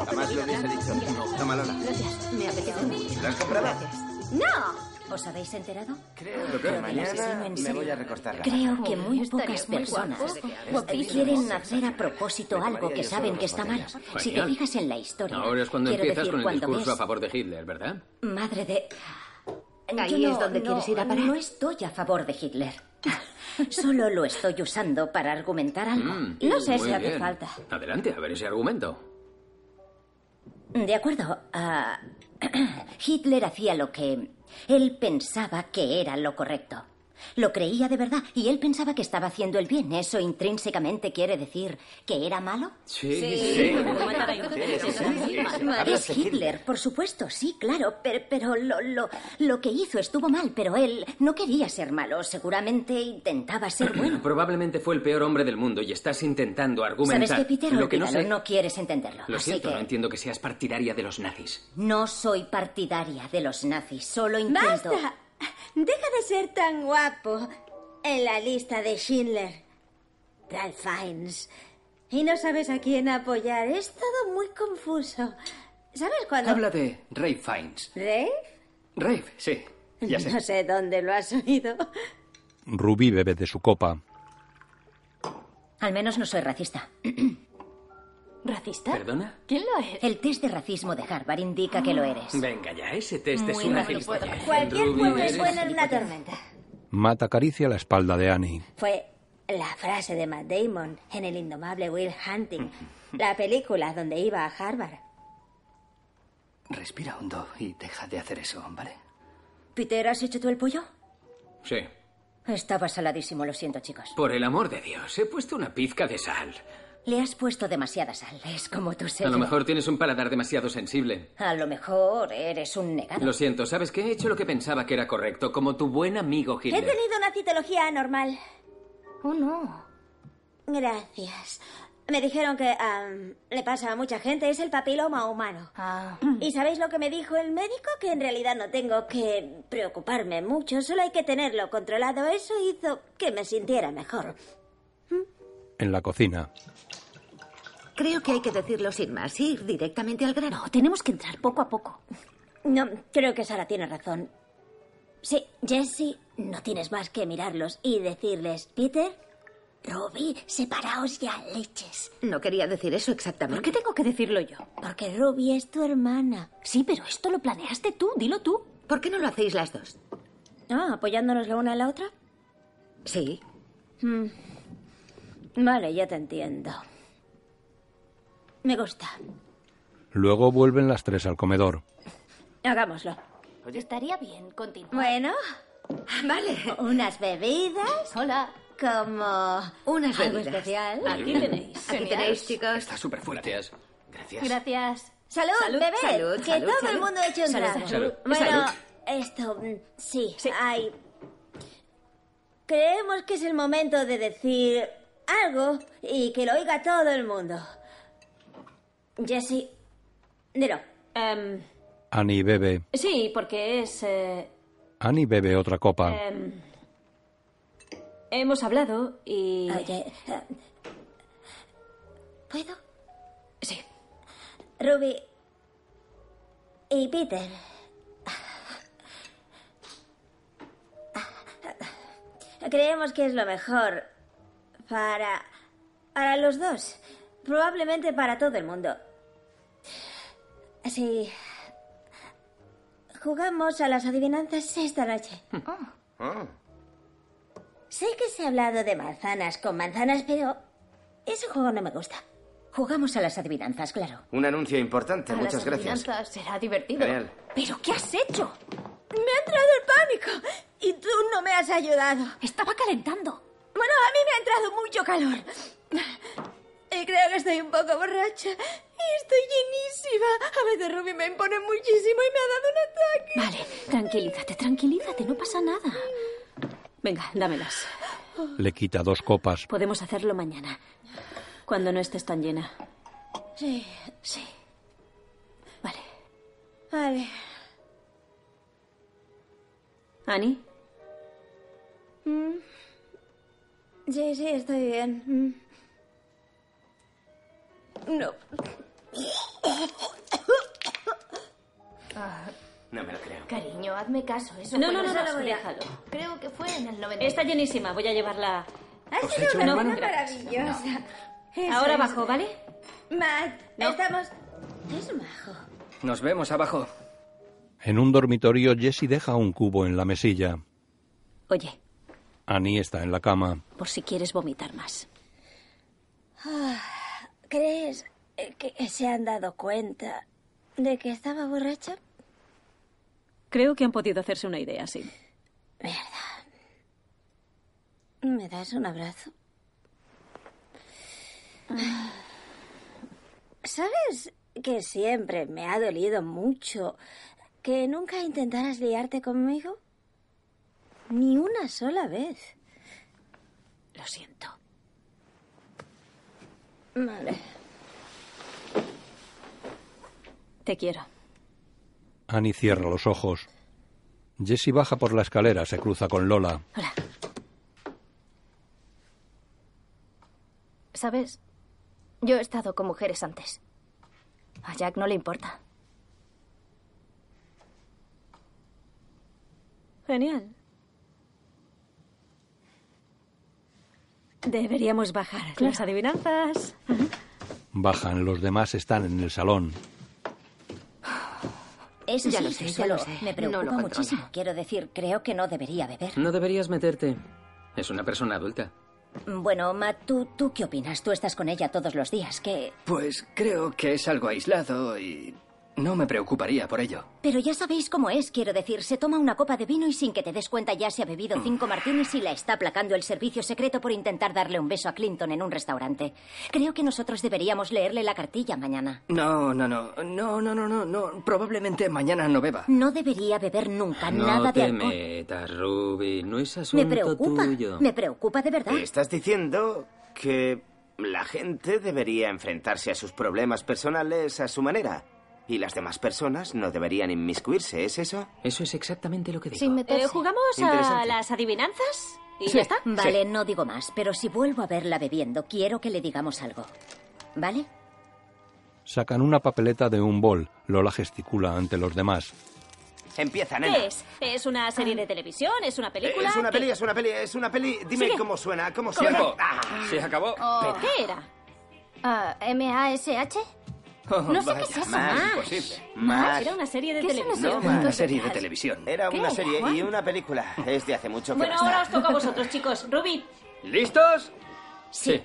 Speaker 8: Jamás lo hubiese dicho. Tómalo.
Speaker 2: Gracias. Me apetece mucho.
Speaker 8: ¿Lo has comprado?
Speaker 2: ¡No! ¿Os habéis enterado?
Speaker 8: Creo que mañana me voy a recortar la
Speaker 2: Creo que muy
Speaker 5: Estaría
Speaker 2: pocas
Speaker 5: muy
Speaker 2: personas
Speaker 5: guapo.
Speaker 2: eh,
Speaker 5: Guapísimo.
Speaker 2: quieren hacer a propósito algo que
Speaker 10: yo
Speaker 2: saben
Speaker 10: solo
Speaker 2: que está mal.
Speaker 10: botellas.
Speaker 2: Si te
Speaker 10: Genial.
Speaker 2: fijas en la historia,
Speaker 10: Ahora es cuando
Speaker 2: quiero
Speaker 10: empiezas
Speaker 2: decir,
Speaker 10: con el
Speaker 2: cuando
Speaker 10: discurso
Speaker 2: ves-
Speaker 10: a favor de Hitler, ¿verdad?
Speaker 2: Madre de...
Speaker 5: Ahí
Speaker 2: Yo no-
Speaker 5: es donde
Speaker 2: no-
Speaker 5: quieres ir a parar.
Speaker 2: No estoy a favor de Hitler. Solo lo estoy usando para argumentar algo.
Speaker 10: Mm, muy bien. Adelante, a ver ese argumento.
Speaker 2: De acuerdo. ah, Hitler hacía lo que él pensaba que era lo correcto. Lo creía de verdad y él pensaba que estaba haciendo el bien. ¿Eso intrínsecamente quiere decir que era malo?
Speaker 10: Sí,
Speaker 2: Sí. Es Hitler, por supuesto, sí, claro, pero, pero lo, lo- lo que hizo estuvo mal, pero él no quería ser malo, seguramente intentaba ser bueno.
Speaker 10: Probablemente fue el peor hombre del mundo y estás intentando argumentar
Speaker 2: ¿Sabes qué, Peter?
Speaker 10: lo que no
Speaker 2: Olvídalo,
Speaker 10: sé.
Speaker 2: no quieres entenderlo.
Speaker 10: Lo
Speaker 2: así
Speaker 10: siento,
Speaker 2: que
Speaker 10: no entiendo que seas partidaria de los nazis.
Speaker 2: no soy partidaria de los nazis, solo intento...
Speaker 12: ¡Basta! Deja de ser tan guapo en la lista de Schindler. Ralph Fiennes. Y no sabes a quién apoyar. Es todo muy confuso. ¿Sabes cuándo?
Speaker 4: Habla de Ray Fiennes.
Speaker 12: ¿Rey?
Speaker 4: Rave, sí. Ya sé.
Speaker 12: No sé dónde lo has oído.
Speaker 1: Ruby bebe de su copa.
Speaker 2: Al menos no soy racista.
Speaker 5: ¿Racista?
Speaker 10: ¿Perdona?
Speaker 5: ¿Quién lo
Speaker 12: Eh,
Speaker 5: es?
Speaker 2: El test de racismo de Harvard indica que lo
Speaker 12: Ah,
Speaker 2: eres.
Speaker 10: Venga ya, ese test es
Speaker 2: Muy
Speaker 10: una
Speaker 2: mal, no puedo.
Speaker 10: gilipollez.
Speaker 12: Cualquier
Speaker 10: Ruby,
Speaker 12: pueblo es
Speaker 10: eres-
Speaker 12: bueno en una tormenta.
Speaker 1: Matt acaricia la espalda de Annie.
Speaker 12: Fue la frase de Matt Damon en el indomable Will Hunting, la película donde iba a Harvard.
Speaker 4: Respira hondo y deja de hacer eso, ¿vale?
Speaker 2: Peter, ¿has hecho tú el pollo?
Speaker 10: Sí.
Speaker 2: Estaba saladísimo, lo siento, chicos.
Speaker 10: Por el amor de Dios, he puesto una pizca de sal.
Speaker 2: Le has puesto demasiada sal, es como tu sello.
Speaker 10: A lo mejor tienes un paladar demasiado sensible.
Speaker 2: A lo mejor eres un negado.
Speaker 10: Lo siento, ¿sabes qué? He hecho lo que pensaba que era correcto, como tu buen amigo
Speaker 12: He
Speaker 10: Hitler.
Speaker 12: tenido una citología anormal.
Speaker 5: Oh, no.
Speaker 12: Gracias. Me dijeron que am, le pasa a mucha gente, es el papiloma humano.
Speaker 6: Ah.
Speaker 12: ¿Y sabéis lo que me dijo el médico? Que en realidad no tengo que preocuparme mucho, solo hay que tenerlo controlado. Eso hizo que me sintiera mejor.
Speaker 1: En la cocina.
Speaker 5: Creo que hay que decirlo sin más, ir directamente al grano.
Speaker 6: No, tenemos que entrar poco a poco.
Speaker 2: No, creo que Sara tiene razón. Sí, Jesse, no tienes más que mirarlos y decirles, Peter, Ruby, separaos ya, leches.
Speaker 5: No quería decir eso exactamente.
Speaker 6: ¿Por qué tengo que decirlo yo?
Speaker 2: Porque Ruby es tu hermana.
Speaker 6: Sí, pero esto lo planeaste tú, dilo tú.
Speaker 5: ¿Por qué no lo hacéis las dos?
Speaker 2: Ah, apoyándonos la una a la otra.
Speaker 5: Sí.
Speaker 2: Mm. Vale, ya te entiendo. Me gusta.
Speaker 1: Luego vuelven las tres al comedor.
Speaker 2: Hagámoslo.
Speaker 15: Oye. Estaría bien continuar.
Speaker 2: Bueno,
Speaker 5: vale.
Speaker 2: Unas bebidas.
Speaker 15: Hola.
Speaker 2: Como
Speaker 5: unas
Speaker 2: algo
Speaker 5: bebidas.
Speaker 2: especial.
Speaker 16: Aquí tenéis.
Speaker 5: Aquí tenéis, chicos.
Speaker 8: Está súper fuerte. Gracias. Gracias.
Speaker 15: Gracias.
Speaker 2: Salud,
Speaker 5: Salud,
Speaker 2: bebé.
Speaker 5: salud,
Speaker 2: que
Speaker 5: salud,
Speaker 2: todo
Speaker 5: salud.
Speaker 2: el mundo eche un
Speaker 5: Salud,
Speaker 2: trago.
Speaker 5: salud.
Speaker 2: Bueno,
Speaker 5: Salud.
Speaker 2: esto mm, sí, hay. Creemos que es el momento de decir algo y que lo oiga todo el mundo. Jesse, dilo.
Speaker 16: Em,
Speaker 1: Annie bebe.
Speaker 16: sí, porque es... eh,
Speaker 1: Annie bebe otra copa.
Speaker 16: em, hemos hablado y...
Speaker 2: Oye, eh, ¿puedo?
Speaker 16: Sí.
Speaker 2: Ruby y Peter. Creemos que es lo mejor para para los dos, probablemente para todo el mundo. Si jugamos a las adivinanzas esta noche.
Speaker 8: Ah,
Speaker 2: Sé que se ha hablado de manzanas con manzanas, pero ese juego no me gusta. Jugamos a las adivinanzas, claro.
Speaker 8: un anuncio importante.
Speaker 15: A
Speaker 8: Muchas
Speaker 15: las
Speaker 8: gracias.
Speaker 15: adivinanzas será divertido.
Speaker 8: Genial.
Speaker 15: ¿Pero qué has hecho?
Speaker 2: Me ha entrado el pánico y tú no me has ayudado.
Speaker 15: Estaba calentando.
Speaker 2: Bueno, a mí me ha entrado mucho calor. Y creo que estoy un poco borracha. Y estoy llenísima. A veces Ruby me impone muchísimo y me ha dado un ataque.
Speaker 6: Vale, tranquilízate, tranquilízate, no pasa nada. Venga, dámelas.
Speaker 1: Le quita dos copas.
Speaker 6: Podemos hacerlo mañana, cuando no estés tan llena.
Speaker 2: Sí,
Speaker 6: Sí. Vale.
Speaker 2: vale.
Speaker 6: Annie,
Speaker 2: Mm. Sí, sí, estoy bien. Mm. No.
Speaker 8: No me lo creo.
Speaker 15: Cariño, hazme caso. Eso
Speaker 6: No,
Speaker 15: fue lo
Speaker 6: no, no,
Speaker 15: que
Speaker 6: no,
Speaker 15: pasó.
Speaker 6: déjalo.
Speaker 15: Creo que fue en el 90.
Speaker 6: está llenísima, voy a llevarla.
Speaker 2: Ha
Speaker 8: ¿Os
Speaker 2: sido
Speaker 8: he hecho
Speaker 2: una cena
Speaker 8: un buen-
Speaker 2: maravillosa. Eso
Speaker 6: Ahora
Speaker 2: es.
Speaker 6: abajo, ¿vale?
Speaker 2: Matt, estamos. Es majo.
Speaker 4: Nos vemos abajo.
Speaker 1: En un dormitorio, Jesse deja un cubo en la mesilla.
Speaker 6: Oye,
Speaker 1: Annie está en la cama.
Speaker 6: por si quieres vomitar más.
Speaker 2: ¿Crees eh, que se han dado cuenta de que estaba borracha?
Speaker 6: Creo que han podido hacerse una idea, sí.
Speaker 2: ¿Me das un abrazo? ¿Sabes que siempre me ha dolido mucho que nunca intentaras liarte conmigo? Ni una sola vez.
Speaker 6: Lo siento.
Speaker 2: Vale.
Speaker 6: Te quiero.
Speaker 1: Annie cierra los ojos. Jesse baja por la escalera, se cruza con Lola.
Speaker 6: Hola.
Speaker 15: ¿Sabes? Yo he estado con mujeres antes. A Jack no le importa.
Speaker 6: Genial. Deberíamos bajar las adivinanzas.
Speaker 1: Bajan, los demás están en el salón.
Speaker 2: Eso
Speaker 5: Ya
Speaker 2: sí,
Speaker 5: lo sé, ya
Speaker 2: solo
Speaker 5: lo sé.
Speaker 2: me preocupa
Speaker 5: No lo controla.
Speaker 2: muchísimo. Quiero decir, creo que no debería beber.
Speaker 10: No deberías meterte. Es una persona adulta.
Speaker 2: Bueno, Matt, ¿tú, ¿tú qué opinas? Tú estás con ella todos los días. ¿Qué?
Speaker 4: Pues creo que es algo aislado y no me preocuparía por ello.
Speaker 2: Pero ya sabéis cómo es, quiero decir, se toma una copa de vino y sin que te des cuenta ya se ha bebido cinco martinis y la está aplacando el servicio secreto por intentar darle un beso a Clinton en un restaurante. Creo que nosotros deberíamos leerle la cartilla mañana.
Speaker 4: No, no, no, no, no, no, no, no. Probablemente mañana no beba.
Speaker 2: No debería beber nunca nada
Speaker 10: no
Speaker 2: de
Speaker 10: te
Speaker 2: alcohol.
Speaker 10: metas, Ruby. No es
Speaker 2: Me
Speaker 10: asunto
Speaker 2: preocupa,
Speaker 10: tuyo. Este,
Speaker 2: me preocupa de verdad.
Speaker 8: Estás diciendo que la gente debería enfrentarse a sus problemas personales a su manera y las demás personas no deberían inmiscuirse, ¿es eso?
Speaker 10: Eso es exactamente lo que digo.
Speaker 17: Eh,
Speaker 6: Pues
Speaker 15: Sin meterse.
Speaker 6: ¿Jugamos a
Speaker 8: Interesante.
Speaker 6: las adivinanzas? ¿Y ya está?
Speaker 11: Vale, no digo más, pero si vuelvo a verla bebiendo, quiero que le digamos algo. ¿Vale?
Speaker 1: Sacan una papeleta de un bol. Lola gesticula ante los demás.
Speaker 8: Empieza, nena.
Speaker 17: ¿Qué es? ¿Es una serie de televisión? ¿Es una película?
Speaker 8: Es una
Speaker 17: ¿Qué-
Speaker 8: peli, es una peli, es una peli. Dime
Speaker 17: Sigue.
Speaker 8: cómo suena, cómo
Speaker 17: ¿Cómo?
Speaker 8: suena.
Speaker 17: Tiempo.
Speaker 8: Ah,
Speaker 10: Se acabó.
Speaker 9: Oh.
Speaker 17: ¿Qué era?
Speaker 9: Ah, ¿M-A-S-H?
Speaker 8: Oh,
Speaker 9: No sé qué
Speaker 8: vaya,
Speaker 9: es eso.
Speaker 8: Más,
Speaker 9: Más.
Speaker 8: imposible.
Speaker 17: Ah,
Speaker 8: Más.
Speaker 17: Era una serie de
Speaker 9: ¿Qué es una
Speaker 17: televisión.
Speaker 8: No, una serie de televisión. Era
Speaker 17: ¿Qué
Speaker 8: una
Speaker 17: era,
Speaker 8: serie y
Speaker 17: Juan?
Speaker 8: una película. Es de hace mucho que
Speaker 17: Bueno,
Speaker 8: no
Speaker 17: ahora
Speaker 8: está.
Speaker 17: os toca a vosotros, chicos. Ruby.
Speaker 10: ¿Listos?
Speaker 17: Sí.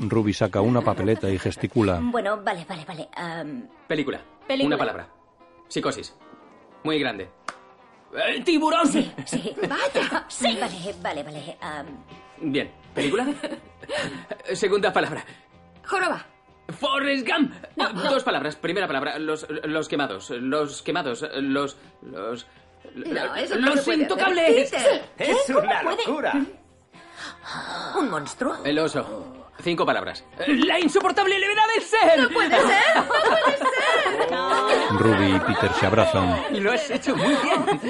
Speaker 1: Ruby saca una papeleta y gesticula.
Speaker 11: Bueno, vale, vale, vale. am,
Speaker 10: Película.
Speaker 11: Película.
Speaker 10: Una palabra. Psicosis. Muy grande. ¡El tiburón!
Speaker 11: sí. Vaya, sí. Vale, vale, vale. am,
Speaker 10: Bien. ¿Película? Segunda palabra.
Speaker 3: Joroba.
Speaker 10: Forrest Gump. Eh, Dos palabras. Primera palabra. Los, los quemados. Los quemados. Los. Los.
Speaker 5: No, eso no
Speaker 10: los
Speaker 5: se puede
Speaker 10: intocables. ¿Eh?
Speaker 5: hacer. Sí.
Speaker 10: Es
Speaker 5: ¿Qué?
Speaker 10: una
Speaker 5: ¿Cómo puede?
Speaker 10: locura.
Speaker 5: ¿Un monstruo?
Speaker 10: El oso.
Speaker 5: Oh.
Speaker 10: Cinco palabras. La insoportable levedad del ser. No puede ser.
Speaker 1: Ruby y Peter se abrazan.
Speaker 10: Lo has hecho muy bien.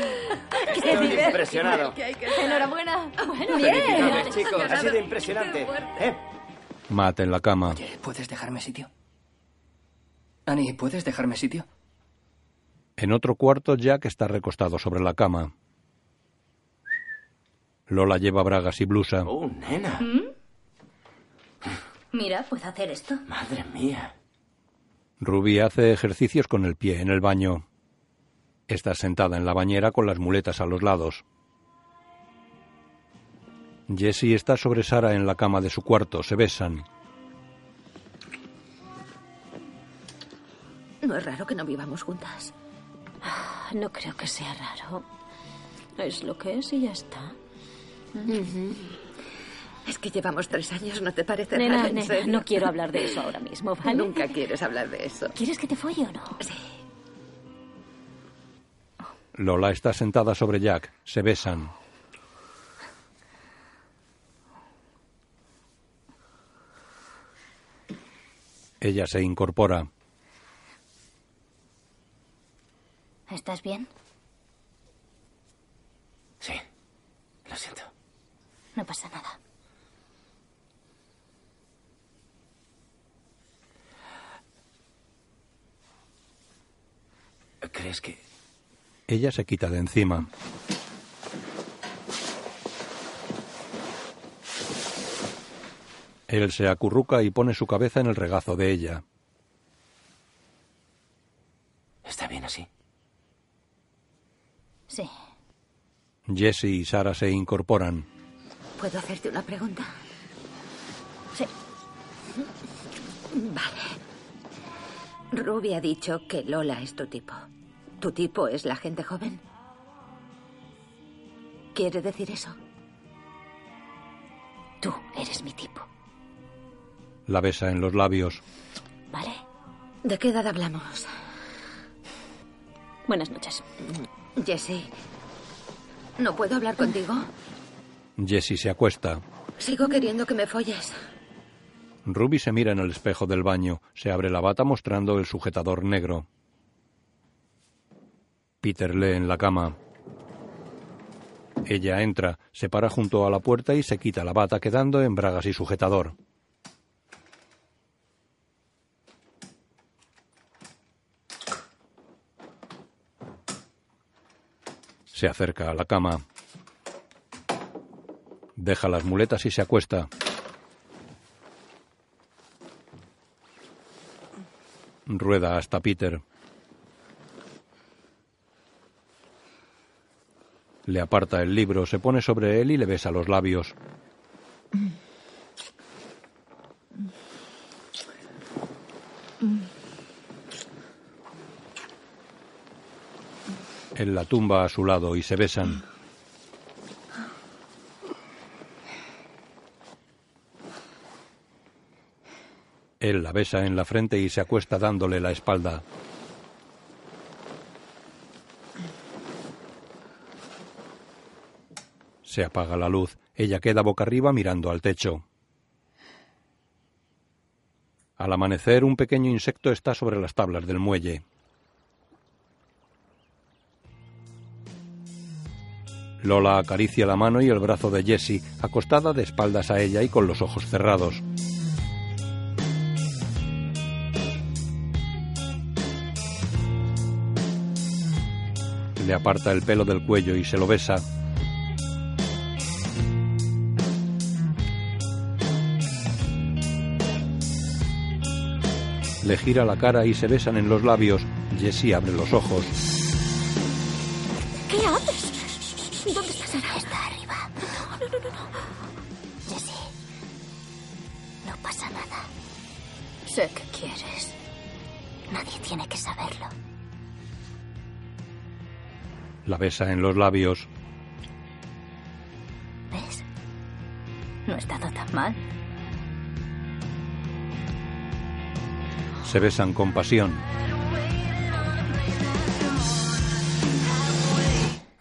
Speaker 8: Estoy impresionado.
Speaker 9: Enhorabuena. Bueno,
Speaker 8: Felicidades, chicos. Ha sido impresionante. ¿Eh?
Speaker 1: Matt en la cama.
Speaker 4: ¿Puedes dejarme sitio? Annie, ¿puedes dejarme sitio?
Speaker 1: En otro cuarto, Jack está recostado sobre la cama. Lola lleva bragas y blusa.
Speaker 8: Oh, nena.
Speaker 9: Mira, ¿puedo hacer esto?
Speaker 8: Madre mía.
Speaker 1: Ruby hace ejercicios con el pie en el baño. Está sentada en la bañera con las muletas a los lados. Jesse está sobre Sara en la cama de su cuarto. Se besan.
Speaker 5: No es raro que no vivamos juntas.
Speaker 17: No creo que sea raro. Es lo que es y ya está.
Speaker 5: Es que llevamos tres años, ¿no te parece
Speaker 17: Nena,
Speaker 5: raro? en
Speaker 17: nena,
Speaker 5: Este serio?
Speaker 17: no quiero hablar de eso ahora mismo, ¿vale?
Speaker 5: Nunca quieres hablar de eso.
Speaker 17: ¿Quieres que te folle o no?
Speaker 1: Lola está sentada sobre Jack. Se besan. Ella se incorpora.
Speaker 9: ¿Estás bien?
Speaker 8: Sí. Lo siento.
Speaker 9: No pasa nada.
Speaker 8: ¿Crees que.?
Speaker 1: Ella se quita de encima. Él se acurruca y pone su cabeza en el regazo de ella.
Speaker 8: ¿Está bien así?
Speaker 9: Sí.
Speaker 1: Jesse y Sara se incorporan.
Speaker 5: ¿Puedo hacerte una pregunta?
Speaker 11: Sí.
Speaker 5: Vale. Ruby ha dicho que Lola es tu tipo. ¿Tu tipo es la gente joven? ¿Quiere decir eso?
Speaker 6: Tú eres mi tipo,
Speaker 1: La besa en los labios.
Speaker 6: ¿vale?
Speaker 5: ¿De qué edad hablamos?
Speaker 17: Buenas noches.
Speaker 5: Jesse, ¿no puedo hablar contigo?
Speaker 1: Jesse se acuesta.
Speaker 5: Sigo queriendo que me folles.
Speaker 1: Ruby se mira en el espejo del baño. Se abre la bata mostrando el sujetador negro. Peter lee en la cama. Ella entra, se para junto a la puerta y se quita la bata quedando en bragas y sujetador. Se acerca a la cama. Deja las muletas y se acuesta. Rueda hasta Peter. Le aparta el libro, se pone sobre él y le besa los labios. Él la tumba a su lado y se besan. Él la besa en la frente y se acuesta dándole la espalda. Se apaga la luz. Ella queda boca arriba mirando al techo. Al amanecer, un pequeño insecto está sobre las tablas del muelle. Lola acaricia la mano y el brazo de Jessie, acostada de espaldas a ella y con los ojos cerrados. Le aparta el pelo del cuello y se lo besa. Le gira la cara y se besan en los labios. Jessie abre los ojos.
Speaker 18: ¿Qué haces? ¿Dónde está Sara?
Speaker 11: Está arriba.
Speaker 18: No, no, no, no. no.
Speaker 11: Jessie, no pasa nada.
Speaker 9: Sé que quieres.
Speaker 11: Nadie tiene que saberlo.
Speaker 1: La besa en los labios.
Speaker 11: ¿Ves? No he estado tan mal.
Speaker 1: Se besan con pasión.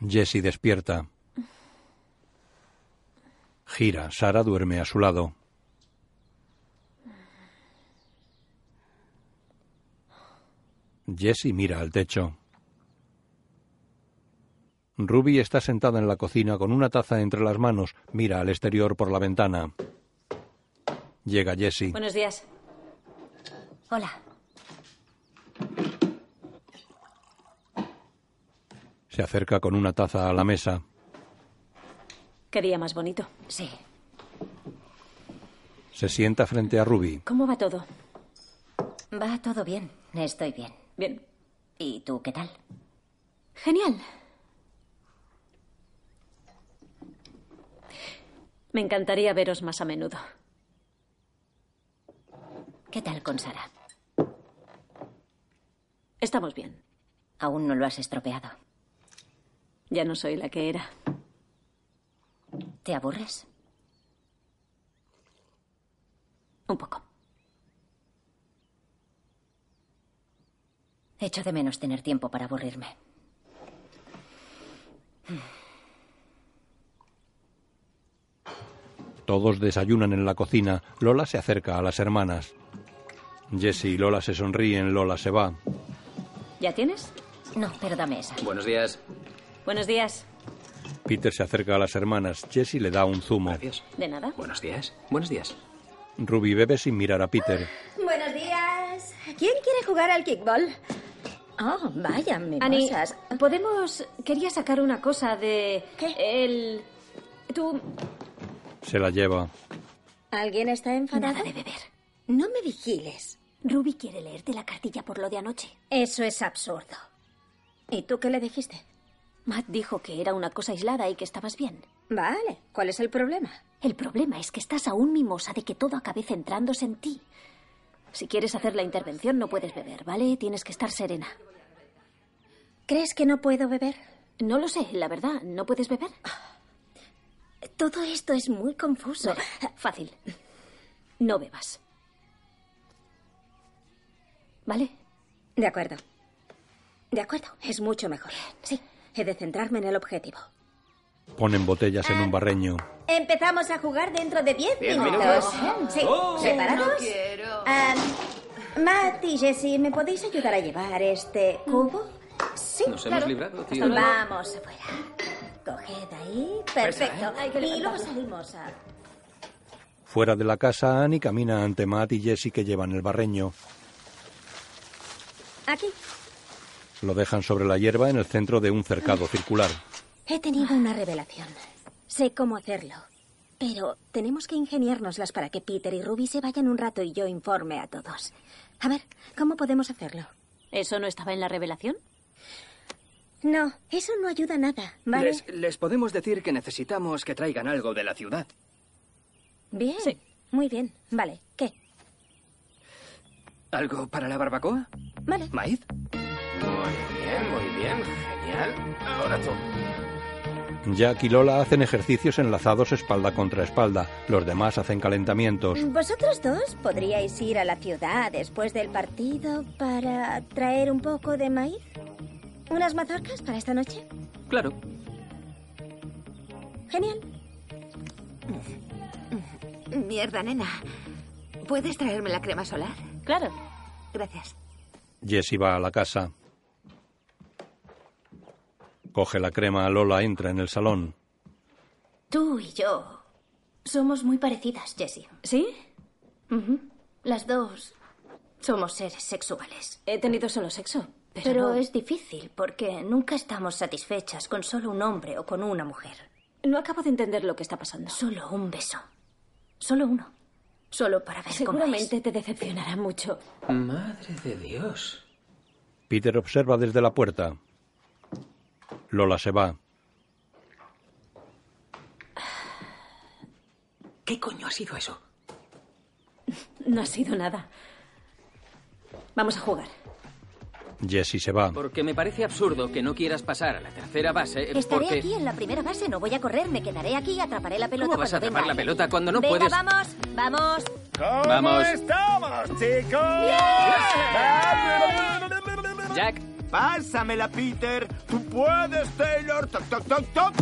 Speaker 1: Jessie despierta. Gira. Sara duerme a su lado. Jessie mira al techo. Ruby está sentada en la cocina con una taza entre las manos. Mira al exterior por la ventana. Llega Jessie.
Speaker 17: Buenos días.
Speaker 11: Hola.
Speaker 1: Se acerca con una taza a la mesa.
Speaker 17: Qué día más bonito.
Speaker 11: Sí.
Speaker 1: Se sienta frente a Ruby.
Speaker 17: ¿Cómo va todo?
Speaker 11: Va todo bien. Estoy bien.
Speaker 17: Bien.
Speaker 11: ¿Y tú qué tal?
Speaker 17: Genial. Me encantaría veros más a menudo.
Speaker 11: ¿Qué tal con Sara?
Speaker 17: Estamos bien.
Speaker 11: Aún no lo has estropeado.
Speaker 17: Ya no soy la que era.
Speaker 11: ¿Te aburres?
Speaker 17: Un poco.
Speaker 11: Echo de menos tener tiempo para aburrirme.
Speaker 1: Todos desayunan en la cocina. Lola se acerca a las hermanas. Jesse y Lola se sonríen. Lola se va.
Speaker 17: ¿Ya tienes?
Speaker 11: No, pero dame esa.
Speaker 10: Buenos días.
Speaker 17: Buenos días.
Speaker 1: Peter se acerca a las hermanas. Jesse le da un zumo.
Speaker 10: Gracias.
Speaker 17: De nada.
Speaker 10: Buenos días. Buenos días.
Speaker 1: Ruby bebe sin mirar a Peter.
Speaker 2: Buenos días. ¿Quién quiere jugar al kickball? Oh, vaya, mimosas.
Speaker 17: Ani, podemos... Quería sacar una cosa de...
Speaker 2: ¿Qué?
Speaker 17: El... Tú...
Speaker 1: Se la lleva.
Speaker 2: ¿Alguien está enfadado?
Speaker 6: Nada de beber.
Speaker 2: No me vigiles.
Speaker 6: Ruby quiere leerte la cartilla por lo de anoche.
Speaker 2: Eso es absurdo. ¿Y tú qué le dijiste?
Speaker 6: Matt dijo que era una cosa aislada y que estabas bien.
Speaker 2: Vale, ¿cuál es el problema?
Speaker 6: El problema es que estás aún mimosa de que todo acabe centrándose en ti. Si quieres hacer la intervención no puedes beber, ¿vale? Tienes que estar serena.
Speaker 2: ¿Crees que no puedo beber?
Speaker 6: No lo sé, la verdad, ¿no puedes beber?
Speaker 2: Todo esto es muy confuso.
Speaker 6: Vale, fácil. No bebas. ¿Vale?
Speaker 2: De acuerdo. De acuerdo, es mucho mejor. Sí, he de centrarme en el objetivo.
Speaker 1: Ponen botellas en un barreño.
Speaker 2: Empezamos a jugar dentro de 10
Speaker 10: Diez
Speaker 2: minutos.
Speaker 10: minutos.
Speaker 2: Sí,
Speaker 10: Oh.
Speaker 2: ¿preparados?
Speaker 5: No quiero.
Speaker 2: Ah, Matt y Jessie, ¿me podéis ayudar a llevar este cubo? Sí,
Speaker 10: Nos
Speaker 2: claro.
Speaker 10: hemos librado, tío.
Speaker 2: Vamos afuera. Coged ahí. Perfecto.
Speaker 17: Hay que
Speaker 2: Y luego
Speaker 17: levantarlo.
Speaker 2: salimos a...
Speaker 1: Fuera de la casa, Annie camina ante Matt y Jesse que llevan el barreño.
Speaker 2: Aquí.
Speaker 1: Lo dejan sobre la hierba en el centro de un cercado circular.
Speaker 2: He tenido una revelación. Sé cómo hacerlo. Pero tenemos que ingeniárnoslas para que Peter y Ruby se vayan un rato y yo informe a todos. A ver, ¿cómo podemos hacerlo?
Speaker 17: ¿Eso no estaba en la revelación?
Speaker 2: No, eso no ayuda a nada, ¿vale?
Speaker 4: Les, les podemos decir que necesitamos que traigan algo de la ciudad.
Speaker 2: Bien. Muy bien. Vale, ¿qué?
Speaker 4: ¿Algo para la barbacoa?
Speaker 2: Vale.
Speaker 4: ¿Maíz?
Speaker 8: Muy bien, muy bien. Genial. Ahora tú.
Speaker 1: Jack y Lola hacen ejercicios enlazados espalda contra espalda. Los demás hacen calentamientos.
Speaker 2: Vosotros dos podríais ir a la ciudad después del partido para traer un poco de maíz. ¿Unas mazorcas para esta noche?
Speaker 10: Claro.
Speaker 2: Genial.
Speaker 5: Mierda, nena. ¿Puedes traerme la crema solar?
Speaker 17: Claro.
Speaker 5: Gracias.
Speaker 1: Jesse va a la casa. Coge la crema, Lola entra en el salón.
Speaker 19: Tú y yo somos muy parecidas, Jessie.
Speaker 6: ¿Sí?
Speaker 19: Ujú. Las dos somos seres sexuales.
Speaker 6: He tenido solo sexo.
Speaker 19: Pero,
Speaker 6: Pero, no-
Speaker 19: es difícil porque nunca estamos satisfechas con solo un hombre o con una mujer.
Speaker 6: no acabo de entender lo que está pasando.
Speaker 19: Solo un beso. Solo uno. Solo para ver cómo es.
Speaker 6: Seguramente te decepcionará mucho.
Speaker 10: Madre de Dios.
Speaker 1: Peter observa desde la puerta. Lola se va.
Speaker 10: ¿Qué coño ha sido eso?
Speaker 6: No ha sido nada. Vamos a jugar.
Speaker 1: Jesse se va.
Speaker 10: Porque me parece absurdo que no quieras pasar a la tercera base. eh,
Speaker 2: Estaré
Speaker 10: porque...
Speaker 2: aquí en la primera base, no voy a correr, me quedaré aquí y atraparé la pelota
Speaker 10: ¿Cómo vas a
Speaker 2: cuando
Speaker 10: atrapar
Speaker 2: venga
Speaker 10: la
Speaker 2: alguien.
Speaker 10: pelota cuando no
Speaker 2: Venga,
Speaker 10: puedes?
Speaker 2: vamos, vamos.
Speaker 10: ¿Cómo Vamos.
Speaker 8: estamos, chicos?
Speaker 10: Jack.
Speaker 8: Pásamela, Peter. Tú puedes, Taylor. Toc, toc, toc, toc.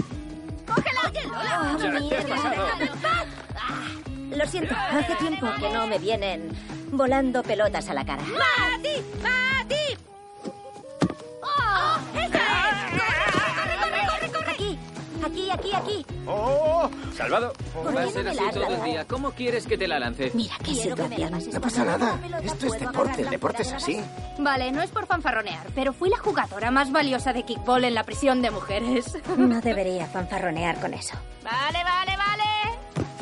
Speaker 2: ¡Cógela! Lola!
Speaker 8: Ya, ¿qué has pasado?
Speaker 2: Ah, Lo siento, hace tiempo que no me vienen volando pelotas a la cara.
Speaker 14: ¡Mati! ¡Mati! ¡Oh! ¡Corre, corre, corre, corre!
Speaker 2: Aquí, aquí, aquí, aquí.
Speaker 8: ¡Oh!
Speaker 10: Salvado.
Speaker 2: qué
Speaker 10: Va a
Speaker 2: no
Speaker 10: ser
Speaker 2: me
Speaker 10: así
Speaker 2: la has
Speaker 10: todo el
Speaker 2: dado?
Speaker 10: día. ¿Cómo quieres que te la lance?
Speaker 2: Mira qué situación.
Speaker 20: No pasa nada. Esto es deporte. El deporte es así.
Speaker 19: Vale, no es por fanfarronear, pero fui la jugadora más valiosa de kickball en la prisión de mujeres.
Speaker 2: No debería fanfarronear con eso.
Speaker 19: Vale, vale, vale.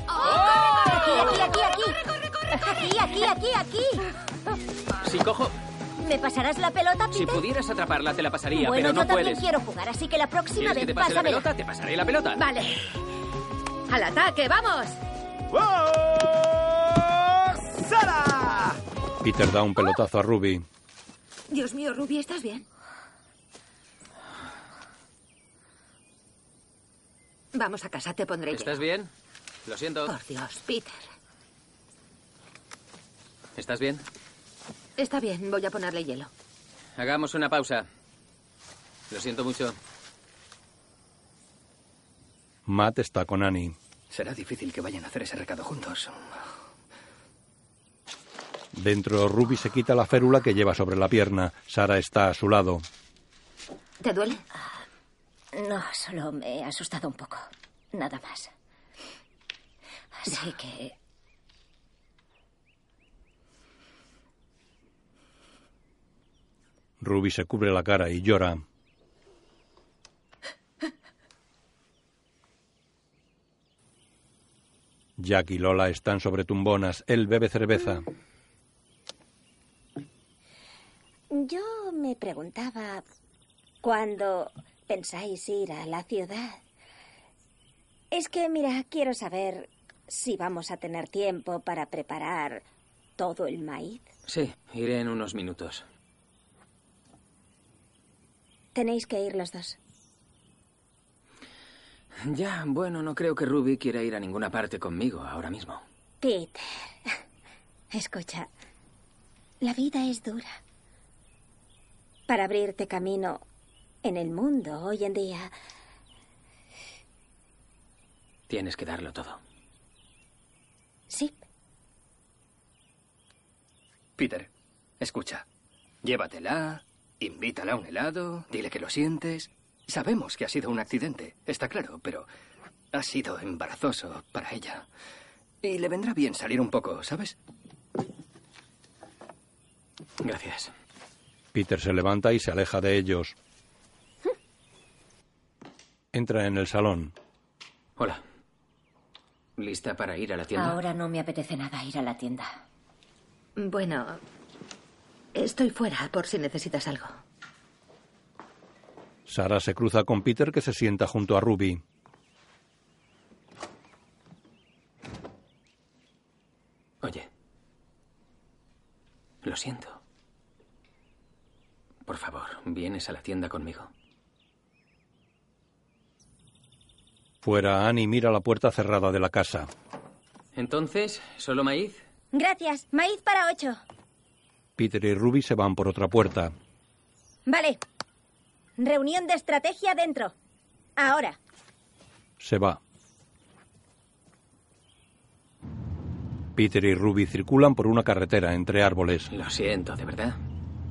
Speaker 19: Oh,
Speaker 2: Aquí, aquí, aquí, aquí. Aquí, aquí, aquí, aquí.
Speaker 10: Si cojo,
Speaker 2: ¿Me pasarás la pelota, Peter?
Speaker 10: si pudieras atraparla te la pasaría,
Speaker 2: bueno,
Speaker 10: pero no
Speaker 2: yo también
Speaker 10: puedes.
Speaker 2: quiero jugar, así que la próxima
Speaker 10: ¿Quieres que
Speaker 2: vez
Speaker 10: te pase la
Speaker 2: pásamela.
Speaker 10: pelota? Te pasaré la pelota.
Speaker 5: Vale. Al ataque, vamos.
Speaker 8: ¡Sara!
Speaker 1: Peter da un pelotazo a Ruby.
Speaker 5: Dios mío, Ruby, ¿estás bien? Vamos a casa, te pondré hielo.
Speaker 10: ¿Estás bien? Lo siento.
Speaker 5: Por Dios, Peter.
Speaker 10: ¿Estás bien?
Speaker 5: Está bien, voy a ponerle hielo.
Speaker 10: Hagamos una pausa. Lo siento mucho.
Speaker 1: Matt está con Annie.
Speaker 4: Será difícil que vayan a hacer ese recado juntos.
Speaker 1: Dentro, Ruby se quita la férula que lleva sobre la pierna. Sara está a su lado.
Speaker 5: ¿Te duele?
Speaker 2: Ah, No, solo me he asustado un poco. Nada más. Así que.
Speaker 1: Ruby se cubre la cara y llora. Jack y Lola están sobre tumbonas. Él bebe cerveza.
Speaker 21: Yo me preguntaba, ¿cuándo pensáis ir a la ciudad? Es que, mira, quiero saber si vamos a tener tiempo para preparar todo el maíz.
Speaker 10: Sí, iré en unos minutos.
Speaker 21: Tenéis que ir los dos.
Speaker 10: Ya, bueno, no creo que Ruby quiera ir a ninguna parte conmigo ahora mismo.
Speaker 21: Peter, escucha, la vida es dura. Para abrirte camino en el mundo hoy en día,
Speaker 10: Tienes que darlo todo.
Speaker 21: sí,
Speaker 4: Peter, escucha. Llévatela, invítala a un helado, dile que lo sientes. Sabemos que ha sido un accidente, está claro, pero ha sido embarazoso para ella. Y le vendrá bien salir un poco, ¿sabes?
Speaker 10: Gracias.
Speaker 1: Peter se levanta y se aleja de ellos. Entra en el salón.
Speaker 10: Hola. ¿Lista para ir a la tienda?
Speaker 2: Ahora no me apetece nada ir a la tienda.
Speaker 5: Bueno, estoy fuera por si necesitas algo.
Speaker 1: Sara se cruza con Peter que se sienta junto a Ruby.
Speaker 10: Oye. Lo siento. Por favor, ¿vienes a la tienda conmigo?
Speaker 1: Fuera, Annie mira la puerta cerrada de la casa.
Speaker 10: Entonces, ¿solo maíz?
Speaker 21: Gracias. Maíz para ocho.
Speaker 1: Peter y Ruby se van por otra puerta.
Speaker 21: Vale. Reunión de estrategia dentro. Ahora.
Speaker 1: Se va. Peter y Ruby circulan por una carretera entre árboles.
Speaker 10: Lo siento, de verdad.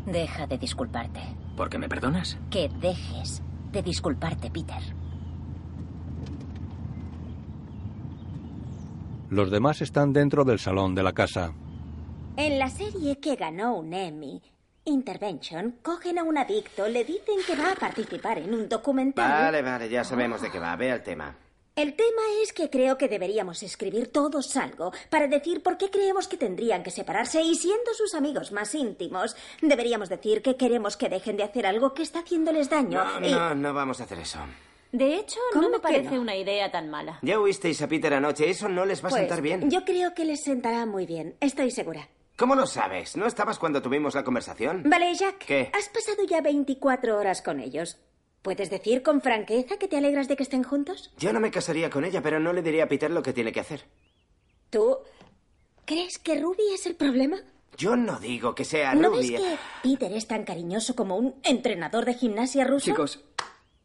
Speaker 2: Deja de disculparte.
Speaker 10: ¿Por qué me perdonas?
Speaker 2: Que dejes
Speaker 11: de disculparte, Peter.
Speaker 1: Los demás están dentro del salón de la casa.
Speaker 2: En la serie que ganó un Emmy, Intervention, cogen a un adicto, le dicen que va a participar en un documental.
Speaker 7: Vale, vale, ya sabemos de qué va. Ve al tema.
Speaker 2: El tema es que creo que deberíamos escribir todos algo para decir por qué creemos que tendrían que separarse y siendo sus amigos más íntimos, deberíamos decir que queremos que dejen de hacer algo que está haciéndoles daño.
Speaker 7: No,
Speaker 2: y-
Speaker 7: no, no vamos a hacer eso.
Speaker 17: De hecho,
Speaker 2: ¿Cómo
Speaker 17: no me
Speaker 2: que
Speaker 17: parece
Speaker 2: no?
Speaker 17: una idea tan mala.
Speaker 7: Ya huisteis a Peter anoche, eso no les va a
Speaker 2: Pues,
Speaker 7: sentar bien.
Speaker 2: Yo creo que les sentará muy bien, estoy segura.
Speaker 7: ¿Cómo lo sabes? ¿No estabas cuando tuvimos la conversación?
Speaker 2: Vale, Jack.
Speaker 7: ¿Qué?
Speaker 2: Has pasado ya 24 horas con ellos. ¿Puedes decir con franqueza que te alegras de que estén juntos?
Speaker 7: Yo no me casaría con ella, pero no le diría a Peter lo que tiene que hacer.
Speaker 2: ¿Tú crees que Ruby es el problema?
Speaker 7: Yo no digo que sea
Speaker 2: ¿No ves
Speaker 7: rubia.
Speaker 2: que Peter es tan cariñoso como un entrenador de gimnasia ruso?
Speaker 4: Chicos,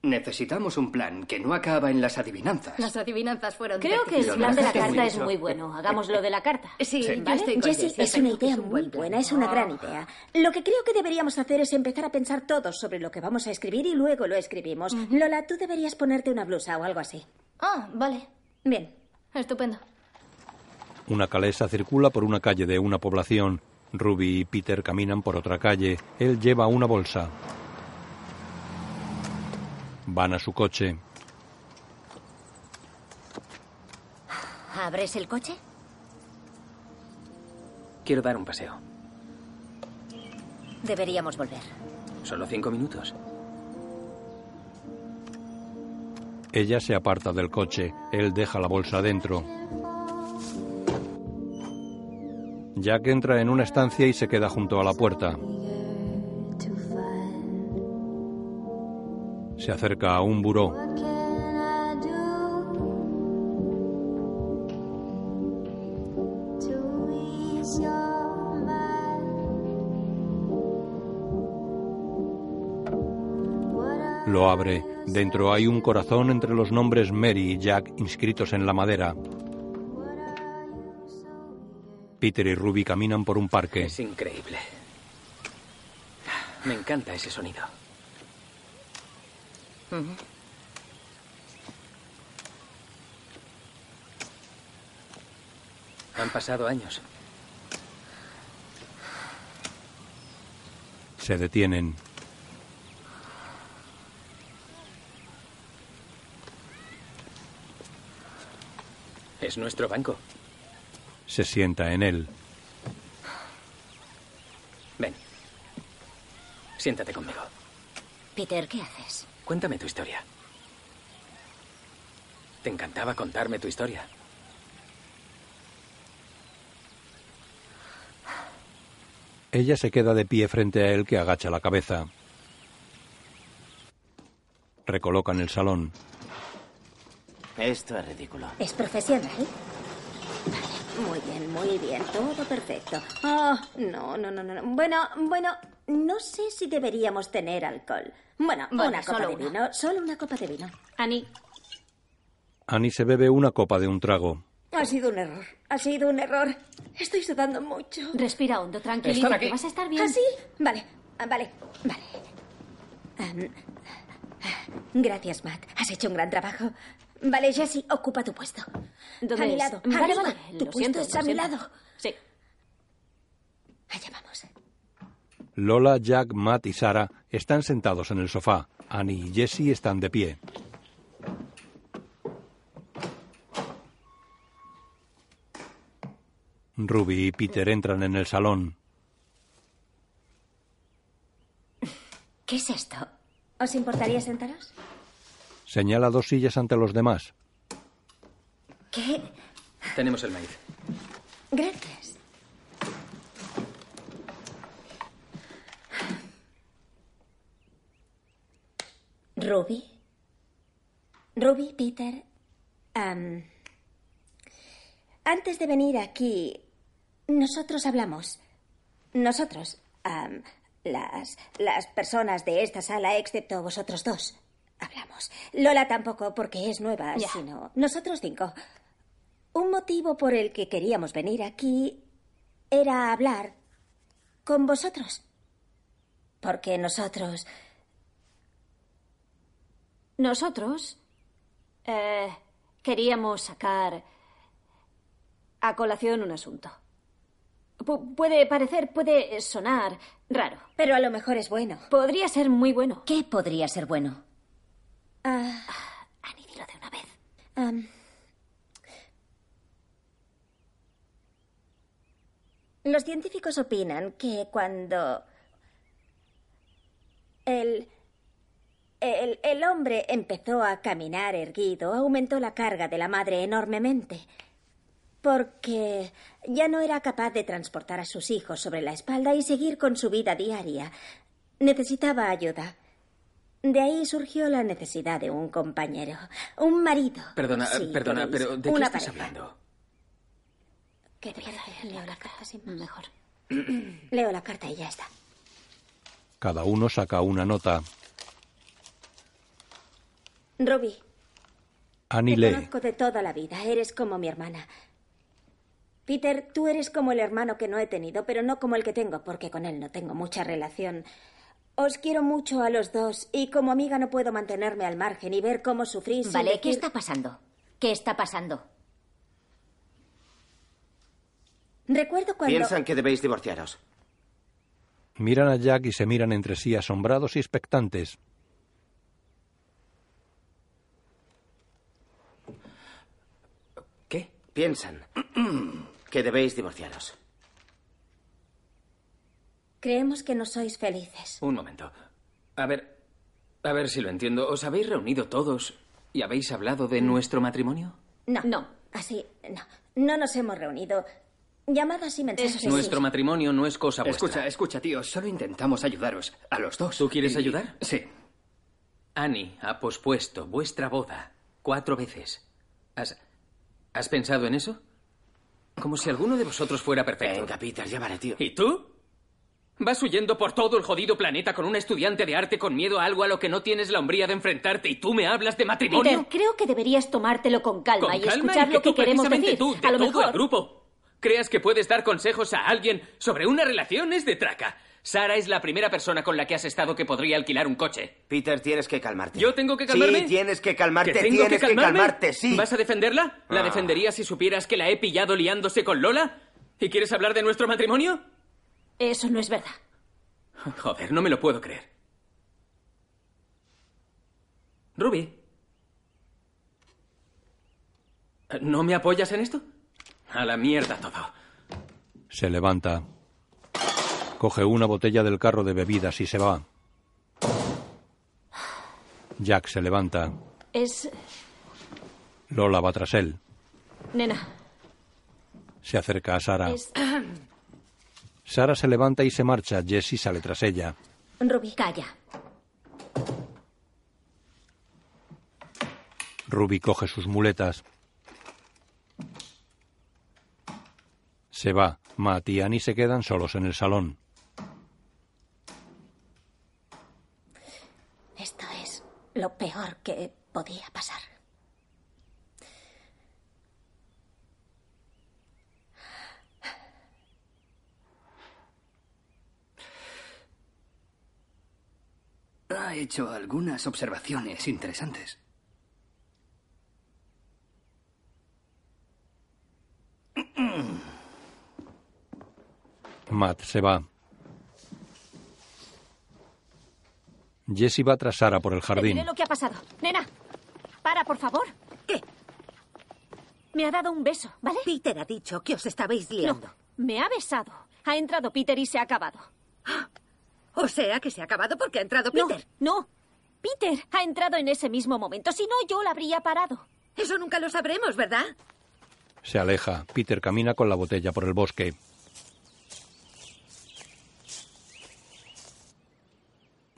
Speaker 4: necesitamos un plan que no acaba en las adivinanzas.
Speaker 9: Las adivinanzas fueron.
Speaker 17: Creo que el
Speaker 4: Lo
Speaker 17: plan de la
Speaker 4: necesito
Speaker 17: carta es
Speaker 4: mucho.
Speaker 17: muy bueno. Hagámoslo de la carta.
Speaker 9: Sí,
Speaker 4: Sí. yo
Speaker 17: ¿vale?
Speaker 9: estoy
Speaker 2: Jessie, Pues es una idea muy buena, es una gran idea. Lo que creo que deberíamos hacer es empezar a pensar todos sobre lo que vamos a escribir y luego lo escribimos. Lola, tú deberías ponerte una blusa o algo así.
Speaker 9: Ah, vale.
Speaker 2: Bien.
Speaker 9: Estupendo.
Speaker 1: Una calesa circula por una calle de una población. Ruby y Peter caminan por otra calle. Él lleva una bolsa. Van a su coche.
Speaker 11: ¿Abres el coche?
Speaker 10: Quiero dar un paseo.
Speaker 11: Deberíamos volver.
Speaker 10: Solo cinco minutos.
Speaker 1: Ella se aparta del coche. Él deja la bolsa dentro. Jack entra en una estancia y se queda junto a la puerta. Se acerca a un buró. Lo abre. Dentro hay un corazón entre los nombres Mary y Jack inscritos en la madera. Peter y Ruby caminan por un parque.
Speaker 10: Es increíble. Me encanta ese sonido. Han pasado años.
Speaker 1: Se detienen.
Speaker 10: Es nuestro banco.
Speaker 1: Se sienta en él.
Speaker 10: Ven. Siéntate conmigo.
Speaker 11: Peter, ¿qué haces?
Speaker 10: Cuéntame tu historia. Te encantaba contarme tu historia.
Speaker 1: Ella se queda de pie frente a él que agacha la cabeza. Recolocan el salón.
Speaker 7: Esto es ridículo.
Speaker 2: ¿Es profesional? Vale, Muy bien, muy bien, todo perfecto. Oh, no, no, no, no. no. Bueno, bueno, no sé si deberíamos tener alcohol. Bueno,
Speaker 6: Vale,
Speaker 2: una copa
Speaker 6: solo
Speaker 2: de
Speaker 6: una.
Speaker 2: vino, solo una copa de vino.
Speaker 17: Ani,
Speaker 1: Annie se bebe una copa de un trago.
Speaker 2: Ha sido un error, ha sido un error. Estoy sudando mucho.
Speaker 17: Respira hondo,
Speaker 2: Están
Speaker 17: tranquilízate.
Speaker 2: aquí.
Speaker 17: Vas a estar bien.
Speaker 2: ¿Así? Vale, ah, vale, vale. Am, ah, gracias, Matt. Has hecho un gran trabajo. Vale, Jessie, ocupa tu puesto.
Speaker 17: ¿Dónde
Speaker 2: a mi
Speaker 17: es?
Speaker 2: lado.
Speaker 17: Vale,
Speaker 2: arriba.
Speaker 17: vale,
Speaker 2: Tu
Speaker 17: lo
Speaker 2: puesto
Speaker 17: siento,
Speaker 2: es
Speaker 17: lo
Speaker 2: a mi
Speaker 17: siento.
Speaker 2: lado.
Speaker 17: Sí.
Speaker 2: Allá vamos.
Speaker 1: Lola, Jack, Matt y Sara están sentados en el sofá. Annie y Jessie están de pie. Ruby y Peter entran en el salón.
Speaker 2: ¿Qué es esto? ¿Os importaría sentaros?
Speaker 1: Señala dos sillas ante los demás.
Speaker 2: ¿Qué?
Speaker 10: Tenemos el maíz.
Speaker 2: Gracias. Ruby. Ruby, Peter. am, antes de venir aquí, nosotros hablamos. Nosotros, am, las, las personas de esta sala, excepto vosotros dos, hablamos. Lola tampoco, porque es nueva,
Speaker 6: Ya.
Speaker 2: sino nosotros cinco. Un motivo por el que queríamos venir aquí era hablar con vosotros. Porque nosotros...
Speaker 17: Nosotros eh, queríamos sacar a colación un asunto. Pu- puede parecer, puede sonar raro.
Speaker 2: Pero a lo mejor es bueno.
Speaker 17: Podría ser muy bueno.
Speaker 11: ¿Qué podría ser bueno?
Speaker 2: Ah,
Speaker 17: Annie, dilo de una vez.
Speaker 2: am, los científicos opinan que cuando el, el, el hombre empezó a caminar erguido, aumentó la carga de la madre enormemente. Porque ya no era capaz de transportar a sus hijos sobre la espalda y seguir con su vida diaria. Necesitaba ayuda. De ahí surgió la necesidad de un compañero, un marido.
Speaker 10: Perdona,
Speaker 2: Sí,
Speaker 10: perdona,
Speaker 2: queréis,
Speaker 10: pero ¿de qué
Speaker 2: una
Speaker 10: estás
Speaker 2: pareja.
Speaker 10: hablando?
Speaker 2: ¿Qué te parece? Leo la carta sin más.
Speaker 17: Mejor.
Speaker 2: Leo la carta y ya está.
Speaker 1: Cada uno saca una nota.
Speaker 2: Robbie,
Speaker 1: Annie
Speaker 2: te
Speaker 1: lee.
Speaker 2: conozco de toda la vida. Eres como mi hermana. Peter, tú eres como el hermano que no he tenido, pero no como el que tengo, porque con él no tengo mucha relación. Os quiero mucho a los dos y como amiga no puedo mantenerme al margen y ver cómo sufrís. sin
Speaker 11: Vale, ¿qué
Speaker 2: decir-
Speaker 11: está pasando? ¿Qué está pasando?
Speaker 2: Recuerdo cuando.
Speaker 7: Piensan que debéis divorciaros.
Speaker 1: Miran a Jack y se miran entre sí asombrados y expectantes.
Speaker 7: ¿Qué? Piensan que debéis divorciaros.
Speaker 2: Creemos que no sois felices.
Speaker 10: Un momento. A ver, a ver si lo entiendo. ¿Os habéis reunido todos y habéis hablado de nuestro matrimonio?
Speaker 2: No. No. Así, no. No nos hemos reunido. Llamadas y mensajes.
Speaker 10: Nuestro matrimonio no es cosa vuestra.
Speaker 4: Escucha, escucha, tío. Solo intentamos ayudaros. A los dos.
Speaker 10: ¿Tú quieres
Speaker 4: Y-
Speaker 10: ayudar?
Speaker 4: Sí.
Speaker 10: Annie ha pospuesto vuestra boda cuatro veces. ¿Has, has pensado en eso? Como si alguno de vosotros fuera perfecto.
Speaker 7: Venga, Peter, ya vale, tío.
Speaker 10: ¿Y tú? Vas huyendo por todo el jodido planeta con un estudiante de arte con miedo a algo a lo que no tienes la hombría de enfrentarte y tú me hablas de matrimonio.
Speaker 17: Peter, creo que deberías tomártelo con calma
Speaker 10: Con
Speaker 17: y
Speaker 10: calma,
Speaker 17: escuchar
Speaker 10: y
Speaker 17: lo que
Speaker 10: tú,
Speaker 17: queremos
Speaker 10: precisamente
Speaker 17: decir.
Speaker 10: tú, de
Speaker 17: a lo
Speaker 10: todo
Speaker 17: mejor.
Speaker 10: el grupo. ¿Creas que puedes dar consejos a alguien sobre una relación? Es de traca. Sara es la primera persona con la que has estado que podría alquilar un coche.
Speaker 7: Peter, tienes que calmarte.
Speaker 10: ¿Yo tengo que calmarme?
Speaker 7: Sí, tienes que calmarte,
Speaker 10: ¿Que tengo
Speaker 7: tienes
Speaker 10: que
Speaker 7: que
Speaker 10: calmarme?
Speaker 7: calmarte, sí.
Speaker 10: ¿Vas a defenderla? ¿La
Speaker 7: Ah.
Speaker 10: defenderías si supieras que la he pillado liándose con Lola? ¿Y quieres hablar de nuestro matrimonio?
Speaker 17: Eso no es verdad.
Speaker 10: Joder, no me lo puedo creer. Ruby. ¿No me apoyas en esto? A la mierda todo.
Speaker 1: Se levanta. Coge una botella del carro de bebidas y se va. Jack se levanta.
Speaker 17: Es.
Speaker 1: Lola va tras él.
Speaker 17: Nena,
Speaker 1: Se acerca a Sara.
Speaker 17: es.
Speaker 1: Sara se levanta y se marcha. Jesse sale tras ella.
Speaker 2: Ruby, calla.
Speaker 1: Ruby coge sus muletas. Se va. Matt y Annie se quedan solos en el salón.
Speaker 2: Esto es lo peor que podía pasar.
Speaker 4: Ha hecho algunas observaciones interesantes.
Speaker 1: Matt se va. Jesse va tras Sara por el
Speaker 17: Te
Speaker 1: jardín.
Speaker 17: diré lo que ha pasado. Nena, para, por favor. ¿Qué? Me ha dado un beso, ¿vale?
Speaker 5: Peter ha dicho que os estabais liando.
Speaker 17: No, me ha besado. Ha entrado Peter y se ha acabado.
Speaker 5: O sea que se ha acabado porque ha entrado Peter.
Speaker 17: No, Peter ha entrado en ese mismo momento. Si no, yo la habría parado.
Speaker 5: Eso nunca lo sabremos, ¿verdad?
Speaker 1: Se aleja. Peter camina con la botella por el bosque.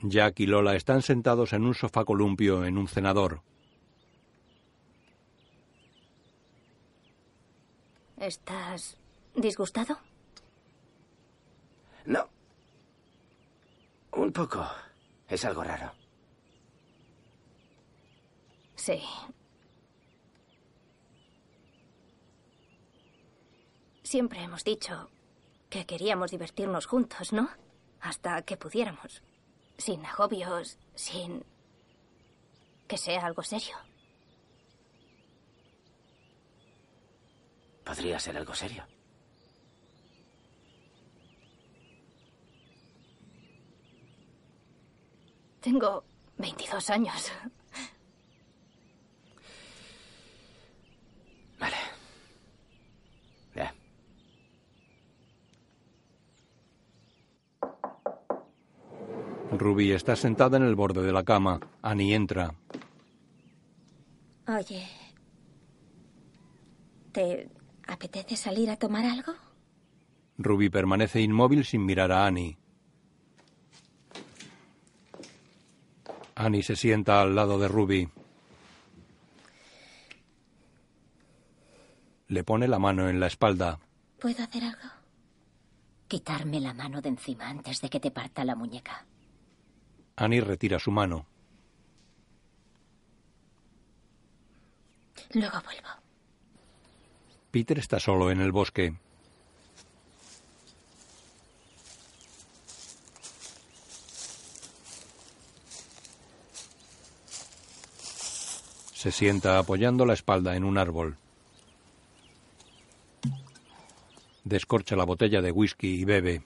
Speaker 1: Jack y Lola están sentados en un sofá columpio en un cenador.
Speaker 9: ¿Estás disgustado?
Speaker 7: No. Un poco. Es algo raro.
Speaker 9: Sí. Siempre hemos dicho que queríamos divertirnos juntos, ¿no? Hasta que pudiéramos. Sin agobios, sin...
Speaker 6: que sea algo serio.
Speaker 8: Podría ser algo serio.
Speaker 9: Tengo 22 años.
Speaker 8: Vale. Ya.
Speaker 1: Ruby está sentada en el borde de la cama. Annie entra.
Speaker 2: Oye, ¿te apetece salir a tomar algo?
Speaker 1: Ruby permanece inmóvil sin mirar a Annie. Annie se sienta al lado de Ruby. Le pone la mano en la espalda.
Speaker 2: ¿Puedo hacer algo?
Speaker 11: Quitarme la mano de encima antes de que te parta la muñeca.
Speaker 1: Annie retira su mano.
Speaker 2: Luego vuelvo.
Speaker 1: Peter está solo en el bosque. Se sienta apoyando la espalda en un árbol. Descorcha la botella de whisky y bebe.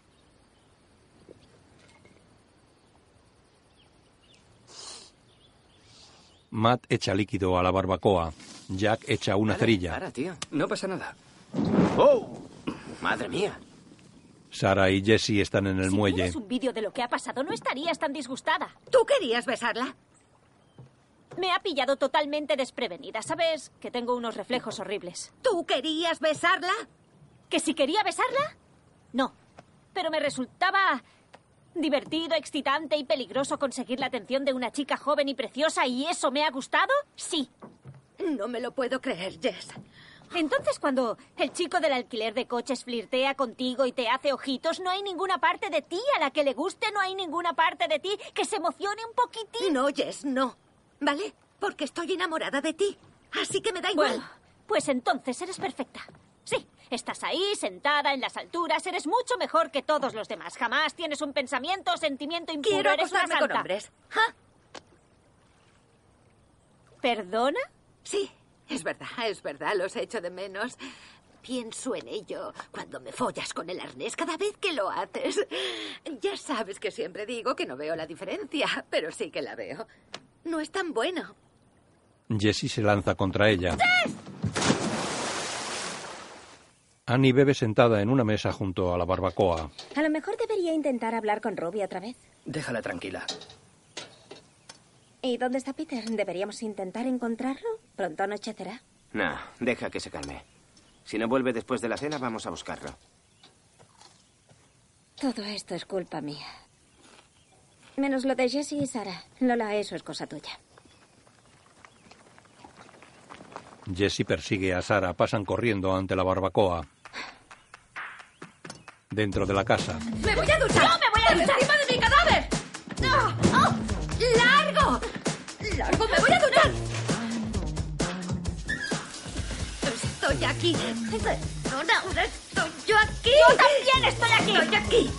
Speaker 1: Matt echa líquido a la barbacoa. Jack echa una
Speaker 8: Vale,
Speaker 1: cerilla.
Speaker 8: Para, tío.
Speaker 4: No pasa nada.
Speaker 8: ¡Oh! Madre mía.
Speaker 1: Sara y Jesse están en el
Speaker 6: si
Speaker 1: muelle.
Speaker 6: tuvieras un vídeo de lo que ha pasado, no estarías tan disgustada.
Speaker 5: ¿Tú querías besarla?
Speaker 6: Me ha pillado totalmente desprevenida. ¿Sabes que tengo unos reflejos horribles?
Speaker 5: ¿Tú querías besarla?
Speaker 6: ¿Que si quería besarla? No. Pero me resultaba divertido, excitante y peligroso conseguir la atención de una chica joven y preciosa y eso me ha gustado? Sí.
Speaker 5: No me lo puedo creer, Jess.
Speaker 6: Entonces cuando el chico del alquiler de coches flirtea contigo y te hace ojitos, no hay ninguna parte de ti a la que le guste, no hay ninguna parte de ti que se emocione un poquitín.
Speaker 5: No, Jess, no. ¿Vale? Porque estoy enamorada de ti. Así que me da igual.
Speaker 6: Bueno, pues entonces eres perfecta. Sí, estás ahí, sentada en las alturas, eres mucho mejor que todos los demás. Jamás tienes un pensamiento o sentimiento impuro.
Speaker 5: Quiero
Speaker 6: eres Ah, una
Speaker 5: acostarme con
Speaker 6: santa.
Speaker 5: hombres.
Speaker 6: ¿Perdona?
Speaker 5: Sí, es verdad, es verdad, los echo de menos. Pienso en ello cuando me follas con el arnés cada vez que lo haces. Ya sabes que siempre digo que no veo la diferencia, pero sí que la veo. No es tan bueno.
Speaker 1: Jesse se lanza contra ella. Annie bebe sentada en una mesa junto a la barbacoa.
Speaker 2: A lo mejor debería intentar hablar con Ruby otra vez.
Speaker 4: Déjala tranquila.
Speaker 2: ¿Y dónde está Peter? ¿Deberíamos intentar encontrarlo? Pronto anochecerá.
Speaker 8: No, deja que se calme. Si no vuelve después de la cena, vamos a buscarlo.
Speaker 2: Todo esto es culpa mía. Menos lo de Jesse y Sara. Lola, eso es cosa tuya.
Speaker 1: Jesse persigue a Sara. Pasan corriendo ante la barbacoa. Dentro de la casa,
Speaker 18: ¡Me voy a duchar! ¡No me voy a duchar! ¡Encima de mi cadáver! ¡No! ¡Oh! ¡Largo! ¡Largo! ¡Me voy a duchar!
Speaker 5: Estoy aquí. Perdona, ahora estoy yo aquí.
Speaker 18: ¡Yo también estoy aquí! ¡Estoy aquí!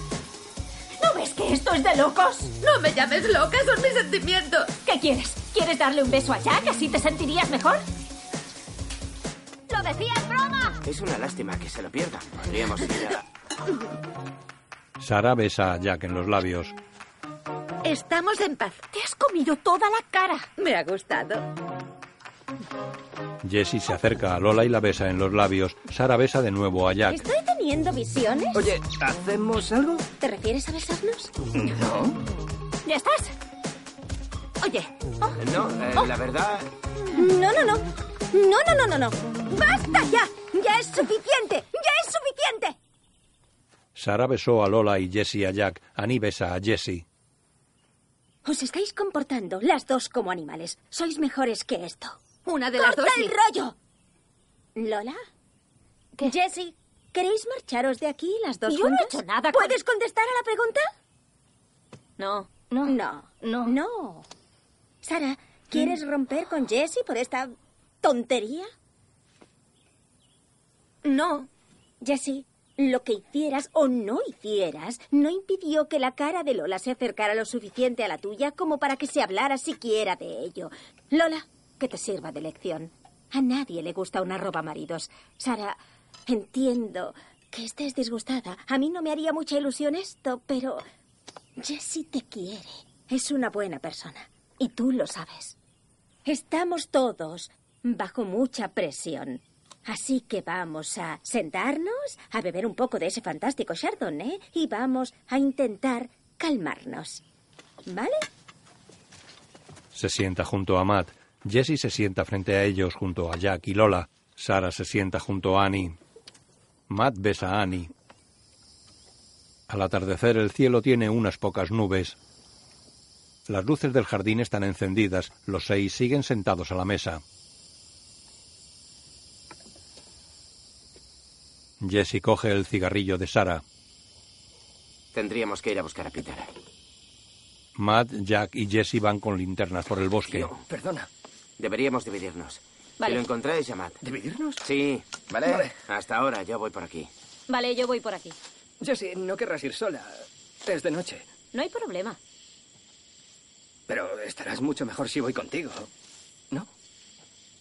Speaker 6: ¿No ves que esto es de locos?
Speaker 5: No me llames loca, son mis sentimientos.
Speaker 6: ¿Qué quieres? ¿Quieres darle un beso a Jack? ¿Así te sentirías mejor? ¡Lo decía en broma!
Speaker 8: Es una lástima que se lo pierda. Podríamos ir a...
Speaker 1: Sara besa a Jack en los labios.
Speaker 5: Estamos en paz.
Speaker 6: Te has comido toda la cara.
Speaker 5: Me ha gustado.
Speaker 1: Jesse se acerca a Lola y la besa en los labios. Sara besa de nuevo a Jack.
Speaker 2: ¿Estoy teniendo visiones?
Speaker 4: Oye, ¿hacemos algo?
Speaker 2: ¿Te refieres a besarnos?
Speaker 8: No.
Speaker 6: ¿Ya estás? Oye,
Speaker 8: No, eh,
Speaker 4: Oh.
Speaker 8: la verdad...
Speaker 2: Oh, No, no, no. No, no, no, no, no. ¡Basta ya! ¡Ya es suficiente! ¡Ya es suficiente!
Speaker 1: Sara besó a Lola y Jesse a Jack. Annie besa a Jesse.
Speaker 2: Os estáis comportando las dos como animales. Sois mejores que esto.
Speaker 5: Una de las
Speaker 2: ¡Corta
Speaker 5: dos.
Speaker 2: el
Speaker 5: sí.
Speaker 2: rollo! ¿Lola? Jessie, ¿queréis marcharos de aquí las dos
Speaker 6: Yo no he
Speaker 2: juntas?
Speaker 6: hecho nada con-
Speaker 2: ¿Puedes contestar a la pregunta?
Speaker 6: No.
Speaker 2: No. No. No. Mm. No. Sara, ¿quieres romper con Jessie por esta tontería? No. Jessie, Lo que hicieras o no hicieras no impidió que la cara de Lola se acercara lo suficiente a la tuya como para que se hablara siquiera de ello. Lola, que te sirva de lección. A nadie le gusta un arroba maridos. Sara, entiendo que estés disgustada. A mí no me haría mucha ilusión esto, pero Jessie te quiere. Es una buena persona. Y tú lo sabes. Estamos todos bajo mucha presión. Así que vamos a sentarnos, a beber un poco de ese fantástico chardonnay y vamos a intentar calmarnos. ¿Vale?
Speaker 1: Se sienta junto a Matt. Jesse se sienta frente a ellos junto a Jack y Lola. Sara se sienta junto a Annie. Matt besa a Annie. Al atardecer el cielo tiene unas pocas nubes. Las luces del jardín están encendidas. Los seis siguen sentados a la mesa. Jesse coge el cigarrillo de Sara.
Speaker 7: Tendríamos que ir a buscar a Peter.
Speaker 1: Matt, Jack y Jesse van con linternas por el bosque.
Speaker 7: Tío, perdona. Deberíamos dividirnos.
Speaker 9: Vale.
Speaker 7: Si lo encontráis, llamad.
Speaker 4: ¿Dividirnos?
Speaker 7: Sí, ¿vale?
Speaker 4: Vale.
Speaker 7: Hasta ahora, yo voy por aquí.
Speaker 9: Vale, yo voy por aquí.
Speaker 4: Jessie, no querrás ir sola. Es de noche.
Speaker 9: No hay problema.
Speaker 4: Pero estarás mucho mejor si voy contigo.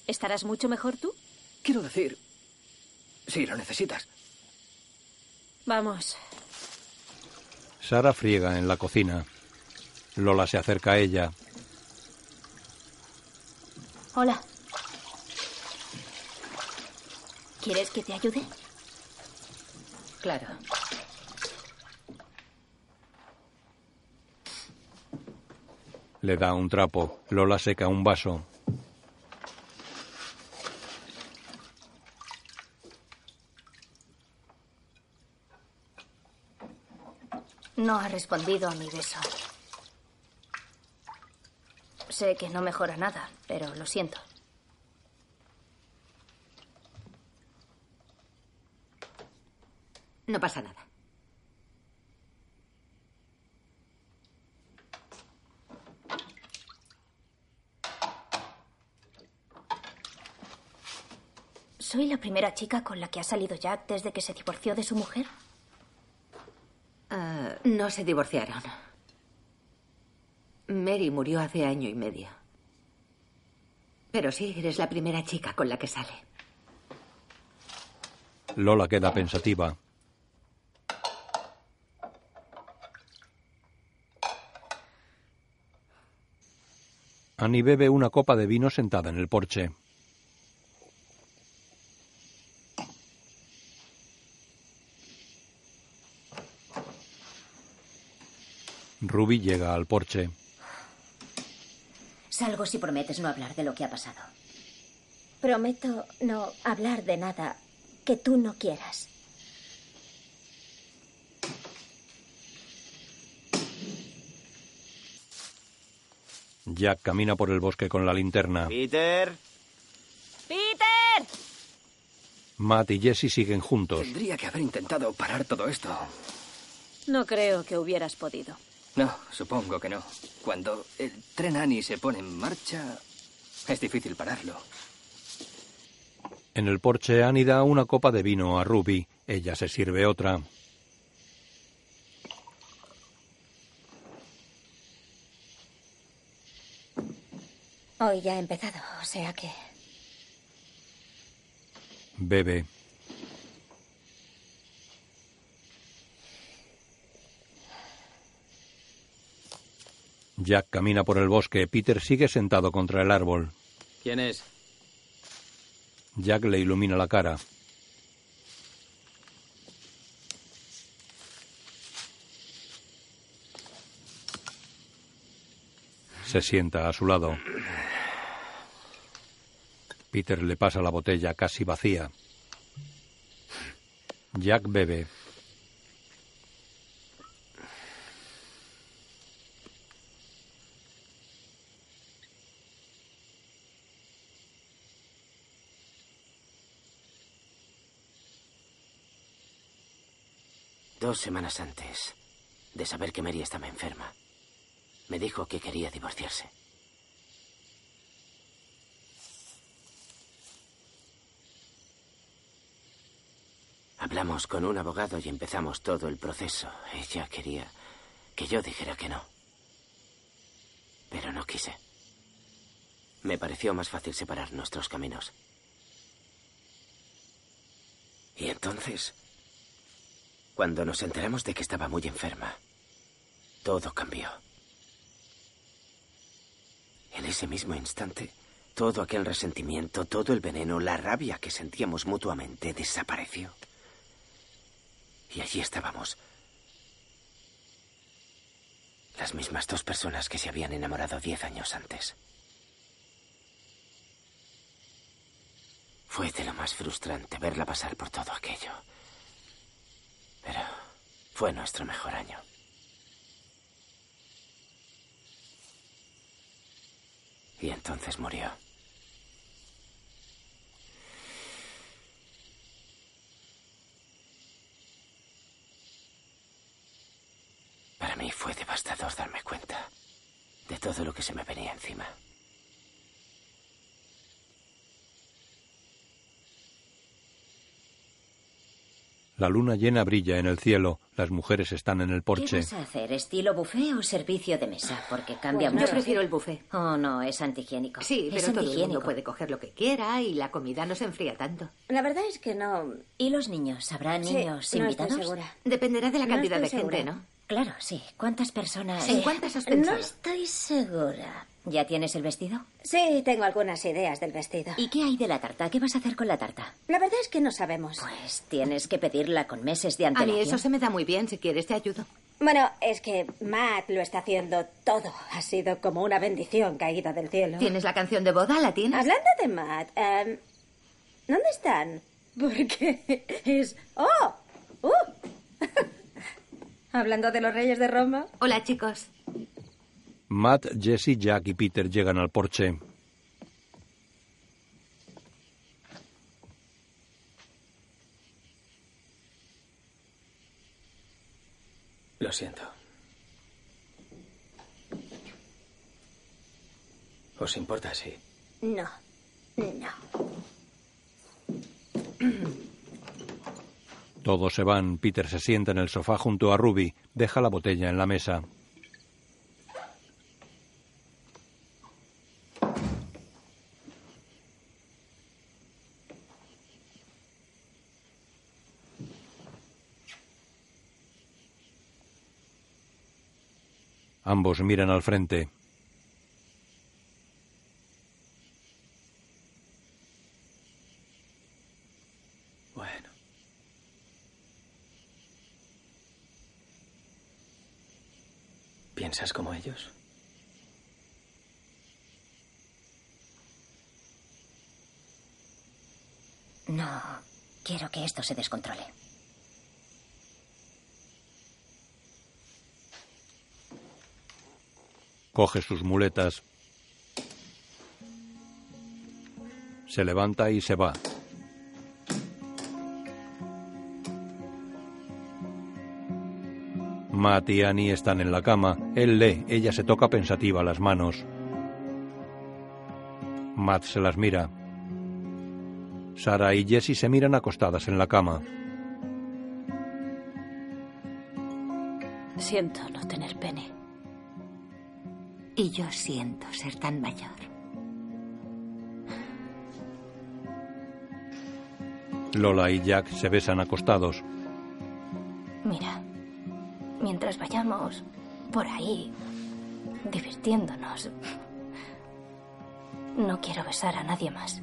Speaker 9: ¿Estarás mucho mejor tú?
Speaker 4: Quiero decir, si lo necesitas.
Speaker 9: Vamos.
Speaker 1: Sara friega en la cocina. Lola se acerca a ella.
Speaker 9: Hola. ¿Quieres que te ayude? Claro.
Speaker 1: Le da un trapo. Lola seca un vaso.
Speaker 9: No ha respondido a mi beso. Sé que no mejora nada, pero lo siento.
Speaker 5: No pasa nada.
Speaker 9: ¿Soy la primera chica con la que ha salido Jack desde que se divorció de su mujer?
Speaker 5: Ah, no se divorciaron. Mary murió hace año y medio. Pero sí, eres la primera chica con la que sale.
Speaker 1: Lola queda pensativa. Annie bebe una copa de vino sentada en el porche. Ruby llega al porche.
Speaker 11: Salgo si prometes no hablar de lo que ha pasado.
Speaker 2: Prometo no hablar de nada que tú no quieras.
Speaker 1: Jack camina por el bosque con la linterna.
Speaker 7: Peter.
Speaker 17: ¡Peter!
Speaker 1: Matt y Jesse siguen juntos.
Speaker 4: Tendría que haber intentado parar todo esto.
Speaker 3: No creo que hubieras podido.
Speaker 4: No, supongo que no. Cuando el tren Annie se pone en marcha, es difícil pararlo.
Speaker 1: En el porche, Annie da una copa de vino a Ruby. Ella se sirve otra.
Speaker 2: Hoy ya ha empezado, o sea que...
Speaker 1: Bebe. Jack camina por el bosque. Peter sigue sentado contra el árbol.
Speaker 10: ¿Quién es?
Speaker 1: Jack le ilumina la cara. Se sienta a su lado. Peter le pasa la botella casi vacía. Jack bebe.
Speaker 7: Dos semanas antes de saber que Mary estaba enferma, me dijo que quería divorciarse. A Hablamos con un abogado y empezamos todo el proceso. Ella quería que yo dijera que no. Pero no quise. Me pareció más fácil separar nuestros caminos. Y entonces, cuando nos enteramos de que estaba muy enferma, todo cambió. En ese mismo instante, todo aquel resentimiento, todo el veneno, la rabia que sentíamos mutuamente desapareció. Y allí estábamos. Las mismas dos personas que se habían enamorado diez años antes. Fue de lo más frustrante verla pasar por todo aquello. Pero fue nuestro mejor año. Y entonces murió. Para mí fue devastador darme cuenta de todo lo que se me venía encima.
Speaker 1: La luna llena brilla en el cielo. Las mujeres están en el
Speaker 11: ¿Qué
Speaker 1: porche.
Speaker 11: vas a hacer? ¿Estilo buffet o servicio de mesa? Porque cambia
Speaker 5: Bueno,
Speaker 11: mucho.
Speaker 5: yo prefiero el buffet.
Speaker 11: Oh, no, es antihigiénico.
Speaker 5: Sí,
Speaker 11: es
Speaker 5: pero todo el mundo
Speaker 11: antihigiénico.
Speaker 5: puede coger lo que quiera y la comida no se enfría tanto.
Speaker 11: La verdad es que no. ¿Y los niños? ¿Habrá
Speaker 5: Sí,
Speaker 11: niños
Speaker 5: no estoy
Speaker 11: invitados?
Speaker 5: segura. Dependerá de la cantidad de gente, ¿no?
Speaker 11: Claro, sí. ¿Cuántas personas?
Speaker 5: ¿En cuántas has
Speaker 11: No
Speaker 5: pensado?
Speaker 11: estoy segura. ¿Ya tienes el vestido?
Speaker 2: Sí, tengo algunas ideas del vestido.
Speaker 11: ¿Y qué hay de la tarta? ¿Qué vas a hacer con la tarta?
Speaker 2: La verdad es que no sabemos.
Speaker 11: Pues tienes que pedirla con meses de
Speaker 5: A
Speaker 11: antelación.
Speaker 5: mí eso se me da muy bien. Si quieres, te ayudo.
Speaker 2: Bueno, es que Matt lo está haciendo todo. Ha sido como una bendición caída del cielo.
Speaker 5: ¿Tienes la canción de boda? ¿La tienes?
Speaker 2: Hablando de Matt, em, ¿dónde están? Porque es... ¡Oh! ¡Uh! Hablando de los reyes de Roma.
Speaker 5: Hola, chicos.
Speaker 1: Matt, Jesse, Jack y Peter llegan al porche.
Speaker 7: Lo siento. ¿Os importa si
Speaker 2: No, no.
Speaker 1: Todos se van. Peter se sienta en el sofá junto a Ruby. Deja la botella en la mesa. Ambos miran al frente.
Speaker 7: Bueno. ¿Piensas como ellos?
Speaker 11: No, quiero que esto se descontrole.
Speaker 1: Coge sus muletas. Se levanta y se va. Matt y Annie están en la cama. Él lee, ella se toca pensativa las manos. Matt se las mira. Sara y Jessie se miran acostadas en la cama.
Speaker 3: Siento no tener pene.
Speaker 5: Y yo siento ser tan mayor.
Speaker 1: Lola y Jack se besan acostados.
Speaker 9: Mira, mientras vayamos por ahí, divirtiéndonos, no quiero besar a nadie más.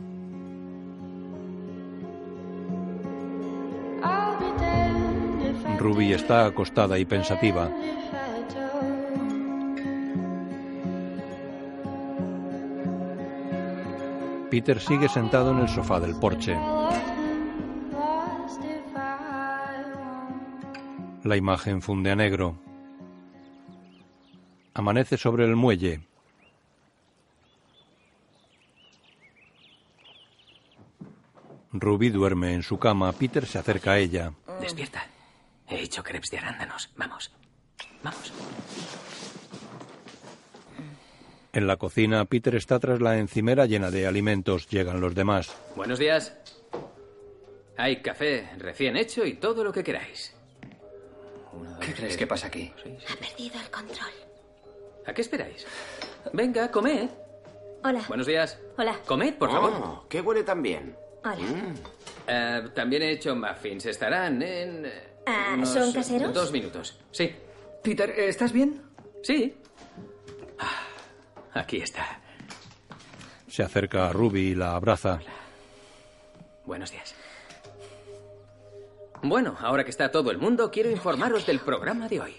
Speaker 1: Ruby está acostada y pensativa. Peter sigue sentado en el sofá del porche. La imagen funde a negro. Amanece sobre el muelle. Ruby duerme en su cama. Peter se acerca a ella.
Speaker 4: Mm.
Speaker 7: Despierta. He hecho crepes de arándanos. Vamos. Vamos.
Speaker 1: En la cocina, Peter está tras la encimera llena de alimentos. Llegan los demás.
Speaker 10: Buenos días. Hay café recién hecho y todo lo que queráis.
Speaker 4: ¿Qué crees que pasa aquí?
Speaker 18: Ha perdido el control.
Speaker 10: ¿A qué esperáis? Venga, comed.
Speaker 9: Hola.
Speaker 10: Buenos días.
Speaker 9: Hola.
Speaker 10: Comed, por favor.
Speaker 4: Oh.
Speaker 7: ¿Qué huele tan bien?
Speaker 9: Hola.
Speaker 10: Eh, también he hecho muffins. Estarán en... eh,
Speaker 2: Ah,
Speaker 10: unos,
Speaker 2: ¿son
Speaker 10: eh,
Speaker 2: caseros?
Speaker 10: Dos minutos. Sí.
Speaker 4: Peter, ¿estás bien?
Speaker 10: Sí. Ah, Aquí está.
Speaker 1: Se acerca a Ruby y la abraza.
Speaker 10: Buenos días. Bueno, ahora que está todo el mundo, quiero informaros del programa de hoy.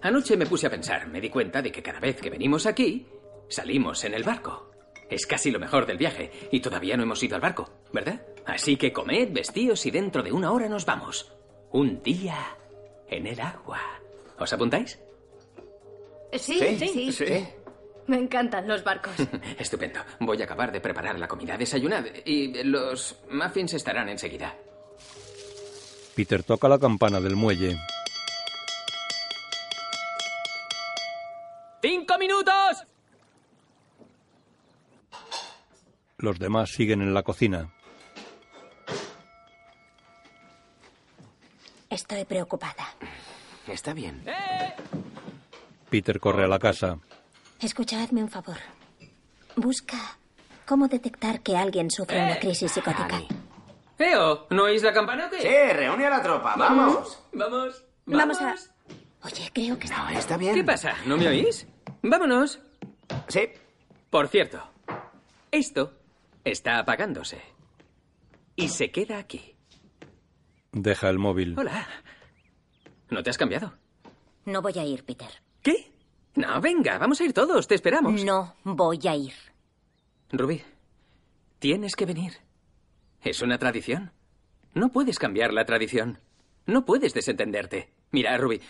Speaker 10: Anoche me puse a pensar, me di cuenta de que cada vez que venimos aquí, salimos en el barco. Es casi lo mejor del viaje, y todavía no hemos ido al barco, ¿verdad? Así que comed, vestíos y dentro de una hora nos vamos. Un día en el agua. ¿Os apuntáis?
Speaker 9: Sí, sí. Me encantan los barcos.
Speaker 10: Estupendo. Voy a acabar de preparar la comida. Desayunad y los muffins estarán enseguida.
Speaker 1: Peter toca la campana del muelle.
Speaker 10: ¡Cinco minutos!
Speaker 1: Los demás siguen en la cocina.
Speaker 11: Estoy preocupada.
Speaker 7: Está bien.
Speaker 1: Peter corre a la casa.
Speaker 11: Escuchadme un favor. Busca cómo detectar que alguien sufre
Speaker 5: Eh,
Speaker 11: una crisis psicótica.
Speaker 10: ¡Eo! ¿No oís la campana o qué?
Speaker 7: Sí, reúne a la tropa, vamos.
Speaker 10: Vamos.
Speaker 11: Vamos a. Oye, creo que está.
Speaker 7: No, está bien.
Speaker 10: ¿Qué pasa? ¿No me oís? Vámonos.
Speaker 7: Sí.
Speaker 10: Por cierto, esto está apagándose. Y se queda aquí.
Speaker 1: Deja el móvil.
Speaker 10: Hola. ¿No te has cambiado?
Speaker 11: No voy a ir, Peter.
Speaker 10: ¿Qué? No, venga, vamos a ir todos, te esperamos.
Speaker 11: No voy a ir.
Speaker 10: Rubí, tienes que venir. Es una tradición. No puedes cambiar la tradición. No puedes desentenderte. Mira, Rubí,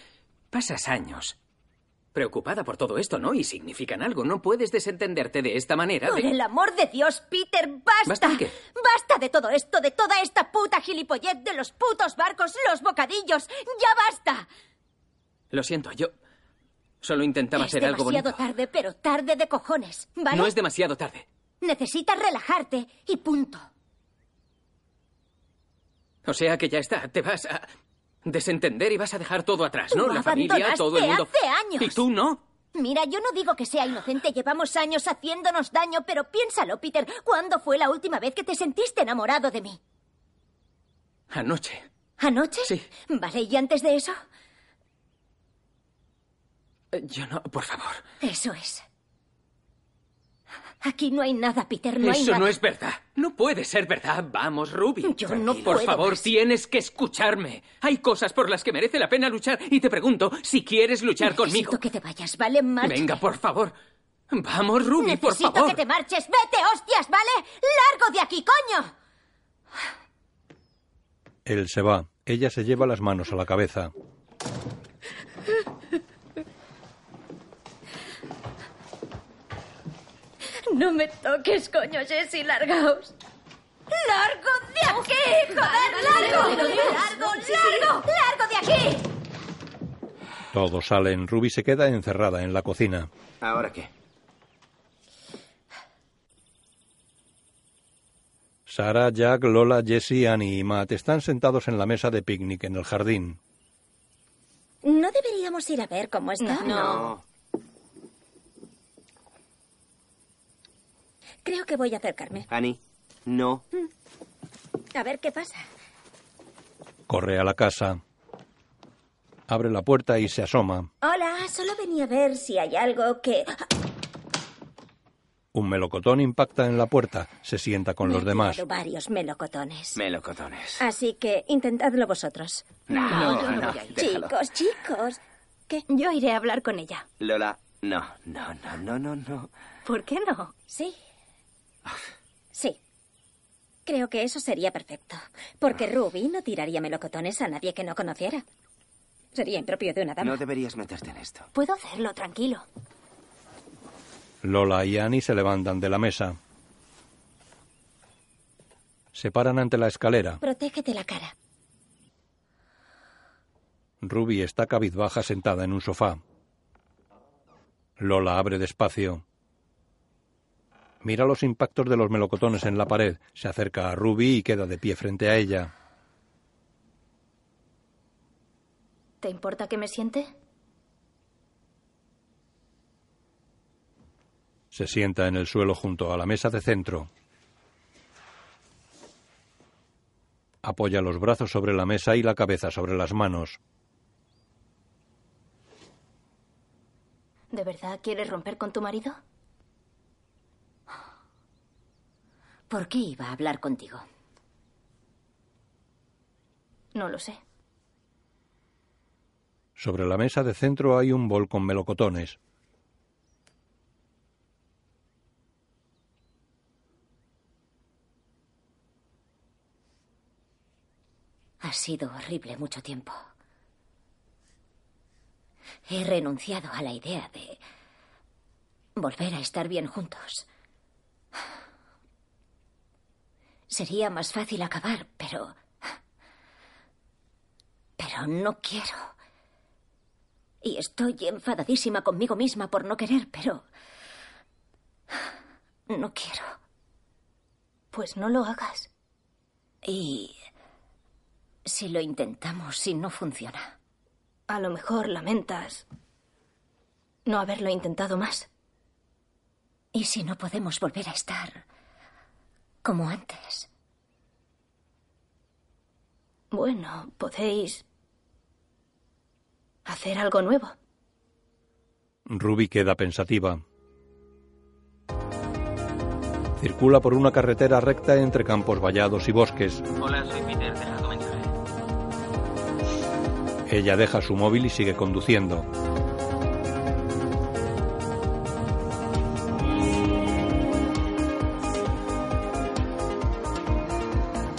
Speaker 10: pasas años preocupada por todo esto, ¿no? Y significan algo. No puedes desentenderte de esta manera.
Speaker 2: Por
Speaker 10: de-
Speaker 2: el amor de Dios, Peter, basta.
Speaker 10: ¿Basta de qué?
Speaker 2: Basta de todo esto, de toda esta puta gilipollez de los putos barcos, los bocadillos. Ya basta.
Speaker 10: Lo siento, yo solo intentaba
Speaker 2: es
Speaker 10: hacer algo
Speaker 2: demasiado
Speaker 10: bonito.
Speaker 2: tarde, pero tarde de cojones, ¿vale?
Speaker 10: No es demasiado tarde.
Speaker 2: Necesitas relajarte y punto.
Speaker 10: O sea que ya está, te vas a desentender y vas a dejar todo atrás, ¿no?
Speaker 2: Tú
Speaker 10: La familia,
Speaker 2: abandonaste
Speaker 10: todo el mundo.
Speaker 2: hace años.
Speaker 10: Y tú no.
Speaker 2: Mira, yo no digo que sea inocente, llevamos años haciéndonos daño, pero piénsalo, Peter, ¿cuándo fue la última vez que te sentiste enamorado de mí?
Speaker 10: Anoche.
Speaker 2: ¿Anoche?
Speaker 10: Sí.
Speaker 2: Vale, ¿y antes de eso?
Speaker 10: Eh, Yo no, por favor.
Speaker 2: Eso es. Aquí no hay nada, Peter, no hay
Speaker 10: Eso
Speaker 2: nada.
Speaker 10: no es verdad. No puede ser verdad. Vamos, Ruby.
Speaker 2: Yo no
Speaker 10: Por
Speaker 2: puedo
Speaker 10: favor,
Speaker 2: más.
Speaker 10: tienes que escucharme. Hay cosas por las que merece la pena luchar y te pregunto si quieres luchar
Speaker 2: Necesito
Speaker 10: conmigo.
Speaker 2: que te vayas, ¿vale? Marcha.
Speaker 10: Venga, por favor. Vamos, Ruby, por
Speaker 2: Necesito
Speaker 10: favor.
Speaker 2: que te marches. Vete, hostias, ¿vale? Largo de aquí, coño.
Speaker 1: Él se va. Ella se lleva las manos a la cabeza.
Speaker 18: No me toques, coño, Jesse, largaos. ¡Largo de aquí! ¡Joder, largo! ¡Largo, largo!
Speaker 2: ¡Largo de aquí!
Speaker 1: Todos salen. Ruby se queda encerrada en la cocina.
Speaker 7: ¿Ahora qué?
Speaker 1: Sara, Jack, Lola, Jessie, Annie y Matt están sentados en la mesa de picnic en el jardín.
Speaker 11: ¿No deberíamos ir a ver cómo está? Creo que voy a acercarme.
Speaker 7: Annie, no.
Speaker 11: A ver qué pasa.
Speaker 1: Corre a la casa. Abre la puerta y se asoma.
Speaker 11: Hola, solo venía a ver si hay algo que.
Speaker 1: Un melocotón impacta en la puerta. Se sienta con los demás.
Speaker 11: Quiero varios melocotones.
Speaker 7: Melocotones.
Speaker 11: Así que intentadlo vosotros.
Speaker 7: No, No, yo no no, voy a ir. déjalo.
Speaker 11: Chicos, chicos.
Speaker 9: ¿Qué? Yo iré a hablar con ella.
Speaker 7: Lola, no, no, no, no, no, no.
Speaker 9: ¿Por qué no?
Speaker 11: Sí. Sí. Creo que eso sería perfecto. Porque Ruby no tiraría melocotones a nadie que no conociera. Sería impropio de una dama.
Speaker 7: No deberías meterte en esto.
Speaker 11: Puedo hacerlo, tranquilo.
Speaker 1: Lola y Annie se levantan de la mesa. Se paran ante la escalera.
Speaker 11: Protégete la cara.
Speaker 1: Ruby está cabizbaja sentada en un sofá. Lola abre despacio. Mira los impactos de los melocotones en la pared. Se acerca a Ruby y queda de pie frente a ella.
Speaker 22: ¿Te importa que me siente?
Speaker 1: Se sienta en el suelo junto a la mesa de centro. Apoya los brazos sobre la mesa y la cabeza sobre las manos.
Speaker 22: ¿De verdad quieres romper con tu marido?
Speaker 2: ¿Por qué iba a hablar contigo?
Speaker 22: No lo sé.
Speaker 1: Sobre la mesa de centro hay un bol con melocotones.
Speaker 2: Ha sido horrible mucho tiempo. He renunciado a la idea de volver a estar bien juntos. Sería más fácil acabar, pero... Pero no quiero. Y estoy enfadadísima conmigo misma por no querer, pero... No quiero.
Speaker 22: Pues no lo hagas.
Speaker 2: Y... Si lo intentamos y no funciona.
Speaker 22: A lo mejor lamentas no haberlo intentado más.
Speaker 2: ¿Y si no podemos volver a estar como antes?
Speaker 22: Bueno, podéis hacer algo nuevo.
Speaker 1: Ruby queda pensativa. Circula por una carretera recta entre campos vallados y bosques.
Speaker 10: Hola, soy Peter, deja tu mensaje.
Speaker 1: Ella deja su móvil y sigue conduciendo.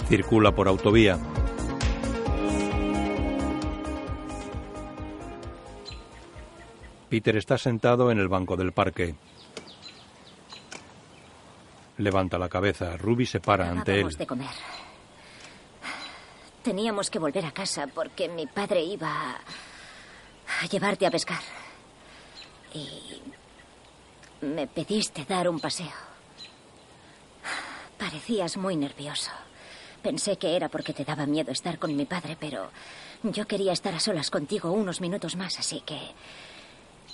Speaker 1: Circula por autovía. Peter está sentado en el banco del parque. Levanta la cabeza. Ruby se para ante él.
Speaker 2: Acabamos de comer. Teníamos que volver a casa porque mi padre iba a- a llevarte a pescar. Y me pediste dar un paseo. Parecías muy nervioso. Pensé que era porque te daba miedo estar con mi padre, pero yo quería estar a solas contigo unos minutos más, así que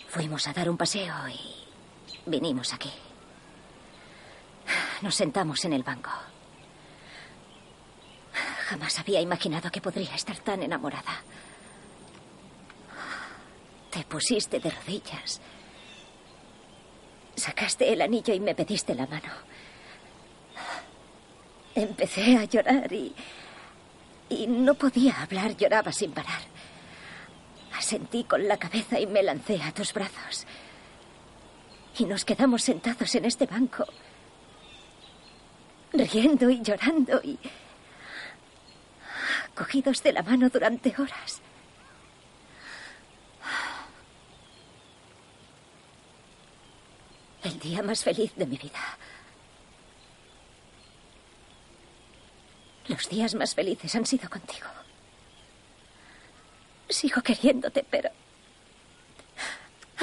Speaker 2: fuimos a dar un paseo y vinimos aquí. Nos sentamos en el banco. Jamás había imaginado que podría estar tan enamorada. Te pusiste de rodillas. Sacaste el anillo y me pediste la mano. Empecé a llorar y... Y no podía hablar, lloraba sin parar. Asentí con la cabeza y me lancé a tus brazos. Y nos quedamos sentados en este banco, riendo y llorando y cogidos de la mano durante horas. El día más feliz de mi vida. Los días más felices han sido contigo. Sigo queriéndote, pero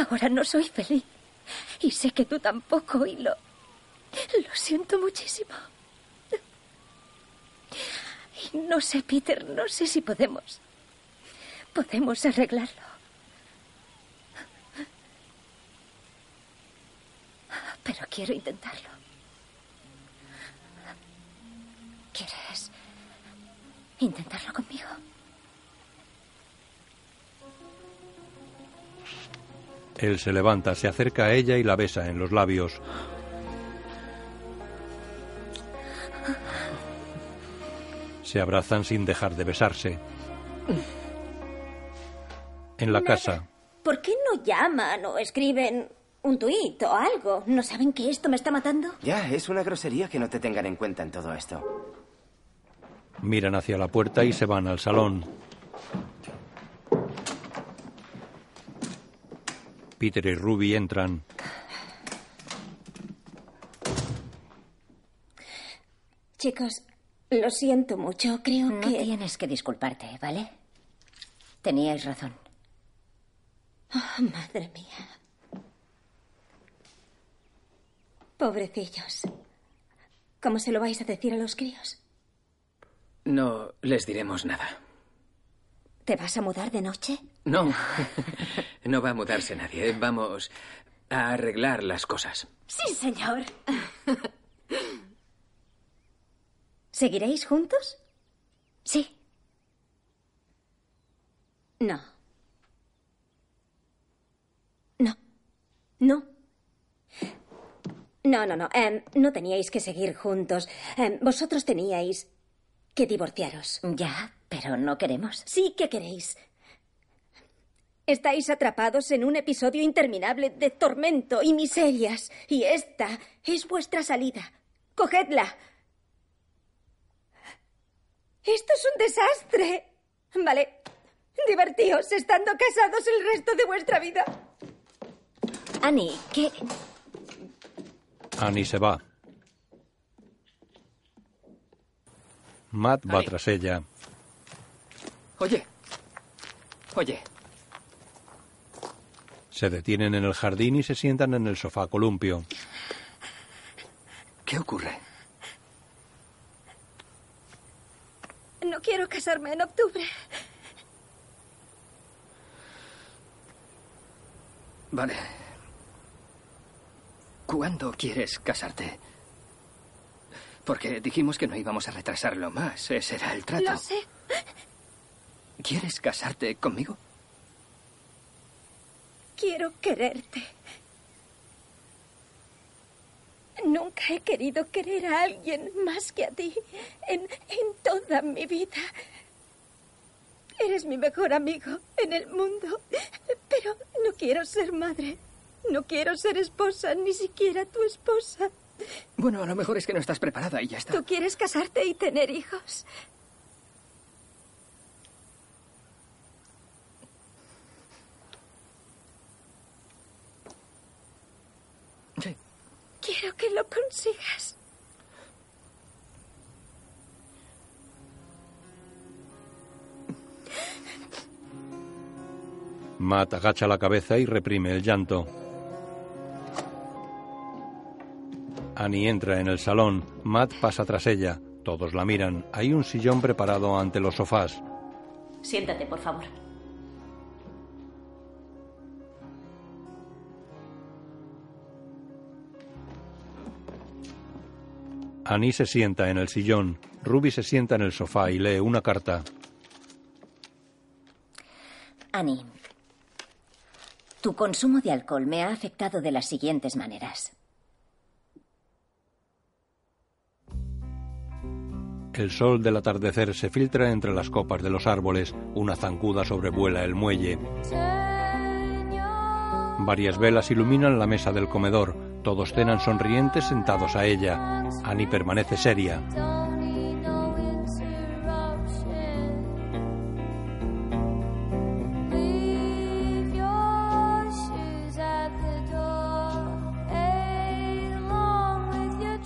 Speaker 2: ahora no soy feliz. Y sé que tú tampoco y lo... Lo siento muchísimo. Y no sé, Peter, no sé si podemos... Podemos arreglarlo. Pero quiero intentarlo. ¿Quieres intentarlo conmigo?
Speaker 1: Él se levanta, se acerca a ella y la besa en los labios. Se abrazan sin dejar de besarse. En la casa,
Speaker 6: ¿Por qué no llaman o escriben un tuit o algo? ¿No saben que esto me está matando?
Speaker 8: Ya, es una grosería que no te tengan en cuenta en todo esto.
Speaker 1: miran hacia la puerta y se van al salón. Peter y Ruby entran.
Speaker 6: Chicos, lo siento mucho. Creo
Speaker 2: No
Speaker 6: que...
Speaker 2: tienes que disculparte, ¿vale? Teníais razón.
Speaker 6: Oh, madre mía.
Speaker 2: Pobrecillos. ¿Cómo se lo vais a decir a los críos?
Speaker 10: No les diremos nada.
Speaker 2: ¿Te vas a mudar de noche?
Speaker 10: No, no va a mudarse nadie. Vamos a arreglar las cosas.
Speaker 23: Sí, señor.
Speaker 2: ¿Seguiréis juntos?
Speaker 23: Sí.
Speaker 2: No. No. No. No, no, no. Em, no teníais que seguir juntos. Em, vosotros teníais que divorciaros.
Speaker 24: Ya, pero no queremos.
Speaker 2: Sí que queréis. Estáis atrapados en un episodio interminable de tormento y miserias. Y esta es vuestra salida. ¡Cogedla! Esto es un desastre. Vale. Divertíos estando casados el resto de vuestra vida.
Speaker 24: Annie, ¿qué?
Speaker 1: Annie se va. Matt va tras ella.
Speaker 10: Oye. Oye.
Speaker 1: Se detienen en el jardín y se sientan en el sofá columpio.
Speaker 4: ¿Qué ocurre?
Speaker 2: No quiero casarme en octubre.
Speaker 4: Vale. ¿Cuándo quieres casarte? Porque dijimos que no íbamos a retrasarlo más. Ese era el trato.
Speaker 23: Lo sé.
Speaker 4: ¿Quieres casarte conmigo?
Speaker 2: Quiero quererte. Nunca he querido querer a alguien más que a ti en, en toda mi vida. Eres mi mejor amigo en el mundo, pero no quiero ser madre. No quiero ser esposa, ni siquiera tu esposa.
Speaker 4: Bueno, a lo mejor es que no estás preparada y ya está.
Speaker 2: Tú quieres casarte y tener hijos.
Speaker 4: Sí.
Speaker 2: Quiero que lo consigas.
Speaker 1: Matt agacha la cabeza y reprime el llanto. Annie entra en el salón. Matt pasa tras ella. Todos la miran. Hay un sillón preparado ante los sofás.
Speaker 25: Siéntate, por favor.
Speaker 1: Annie se sienta en el sillón. Ruby se sienta en el sofá y lee una carta.
Speaker 24: Annie, tu consumo de alcohol me ha afectado de las siguientes maneras.
Speaker 1: El sol del atardecer se filtra entre las copas de los árboles. Una zancuda sobrevuela el muelle. Varias velas iluminan la mesa del comedor. Todos cenan sonrientes sentados a ella. Annie permanece seria.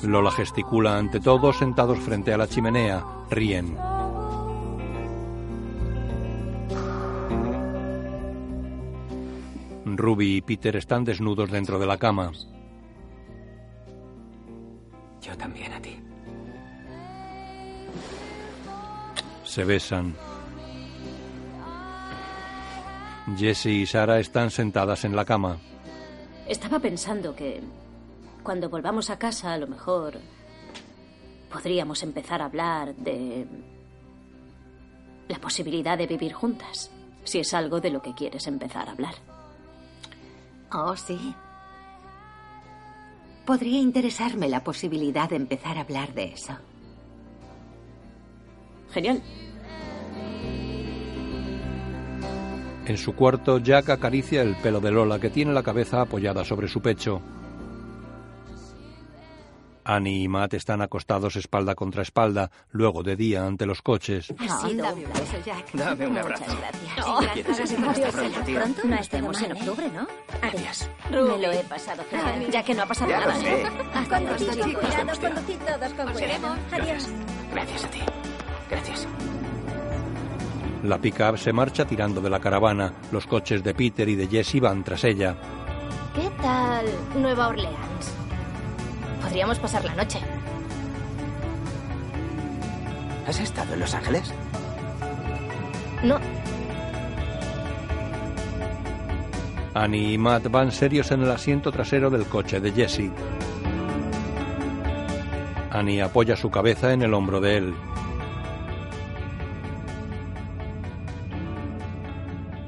Speaker 1: Lola gesticula ante todos sentados frente a la chimenea. Ríen. Ruby y Peter están desnudos dentro de la cama.
Speaker 10: Yo también a ti.
Speaker 1: Se besan. Jesse y Sara están sentadas en la cama.
Speaker 6: Estaba pensando que cuando volvamos a casa, a lo mejor podríamos empezar a hablar de la posibilidad de vivir juntas, si es algo de lo que quieres empezar a hablar.
Speaker 5: Oh, sí. Podría interesarme la posibilidad de empezar a hablar de eso.
Speaker 6: Genial.
Speaker 1: En su cuarto, Jack acaricia el pelo de Lola, que tiene la cabeza apoyada sobre su pecho. Annie y Matt están acostados espalda contra espalda, luego de día ante los coches.
Speaker 5: Ha sido dame un beso, Jack.
Speaker 4: Dame un abrazo.
Speaker 5: Muchas gracias.
Speaker 4: No,
Speaker 5: Gracias.
Speaker 4: quieres decir que hasta pronto, tío.
Speaker 24: Pronto
Speaker 25: No
Speaker 24: nos
Speaker 25: está
Speaker 24: vemos
Speaker 25: mal,
Speaker 24: en
Speaker 25: ¿eh?
Speaker 24: octubre, ¿no?
Speaker 25: Adiós.
Speaker 24: Me lo he pasado genial, ya que no ha pasado
Speaker 25: Ya lo
Speaker 24: nada.
Speaker 25: sé.
Speaker 24: Hasta luego,
Speaker 7: Conducid con
Speaker 24: chicos.
Speaker 7: cuidado, conducid todos con cuidado. Adiós.
Speaker 26: Gracias a ti. Gracias.
Speaker 1: La pick-up se marcha tirando de la caravana. Los coches de Peter y de Jesse van tras ella.
Speaker 27: ¿Qué tal Nueva Orleans?
Speaker 9: Podríamos pasar la noche.
Speaker 8: ¿Has estado en Los Ángeles?
Speaker 9: No,
Speaker 1: Annie y Matt van serios en el asiento trasero del coche de Jesse. Annie apoya su cabeza en el hombro de él.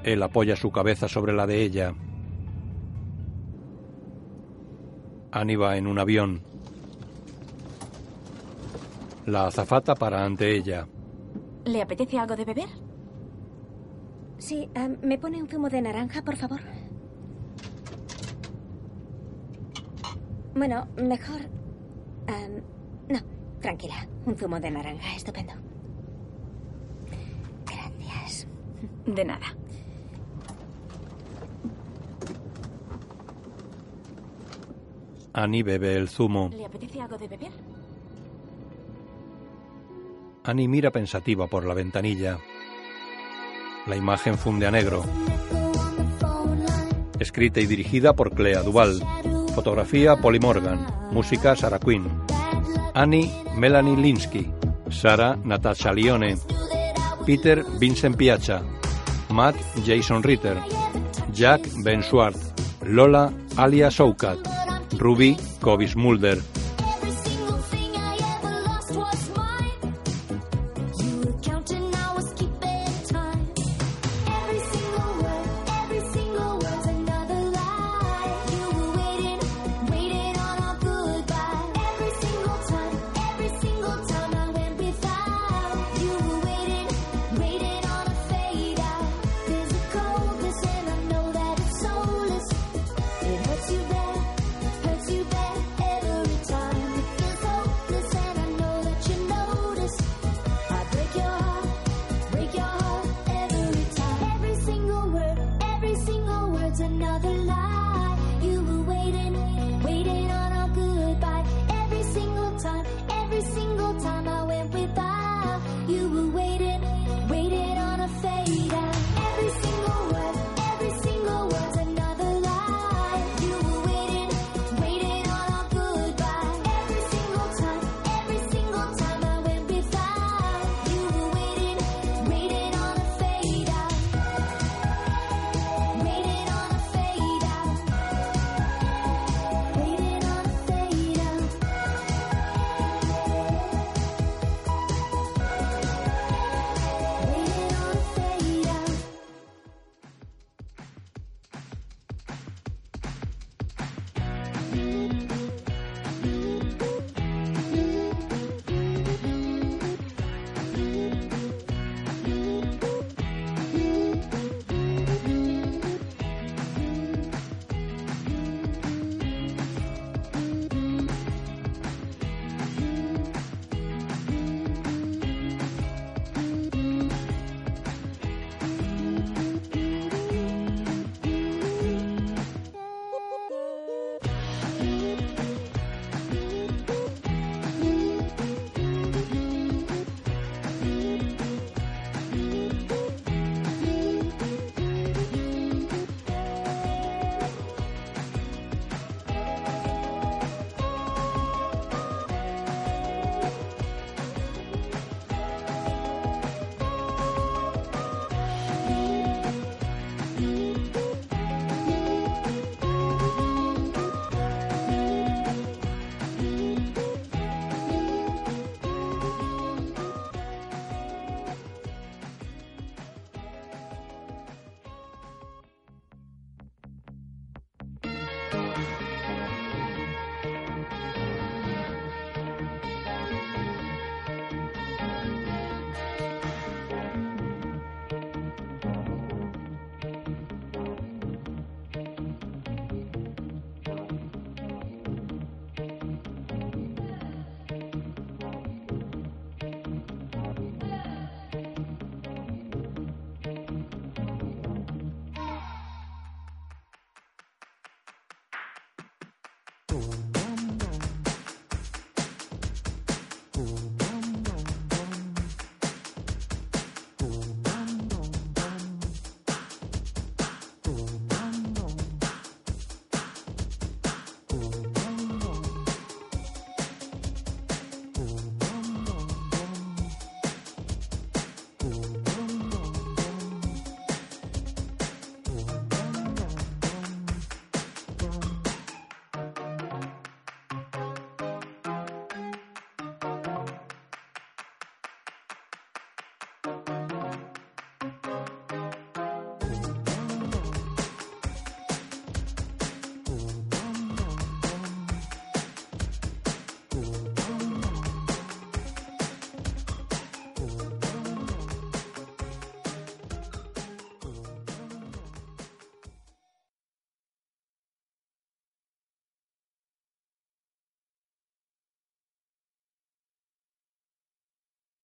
Speaker 1: Él apoya su cabeza sobre la de ella. Annie va en un avión. La azafata para ante ella.
Speaker 3: ¿Le apetece algo de beber?
Speaker 2: Sí, ah, ¿me pone un zumo de naranja, por favor? Bueno, mejor... ah, no, tranquila. Un zumo de naranja, estupendo. Gracias.
Speaker 3: De nada.
Speaker 1: Annie bebe el zumo.
Speaker 3: ¿Le apetece algo de beber?
Speaker 1: Annie mira pensativa por la ventanilla. La imagen funde a negro. Escrita y dirigida por Clea Duval. Fotografía Polly Morgan. Música Sarah Quinn. Annie Melanie Linsky. Sara Natasha Lione. Peter Vincent Piazza. Matt Jason Ritter. Jack Ben Swart. Lola Alia Soukat. Ruby Kovis Mulder.
Speaker 14: Another lie. You were waiting, waiting on a goodbye. Every single time, every single time I went without. You were waiting, waiting on a fade out. Every single word, every single word's another lie. You were waiting, waiting on a goodbye. Every single time, every single time I went without. You were waiting, waiting on a fade out. Waiting on a fade out. Waiting on a fade out. Waiting on a fade out.
Speaker 28: Boom.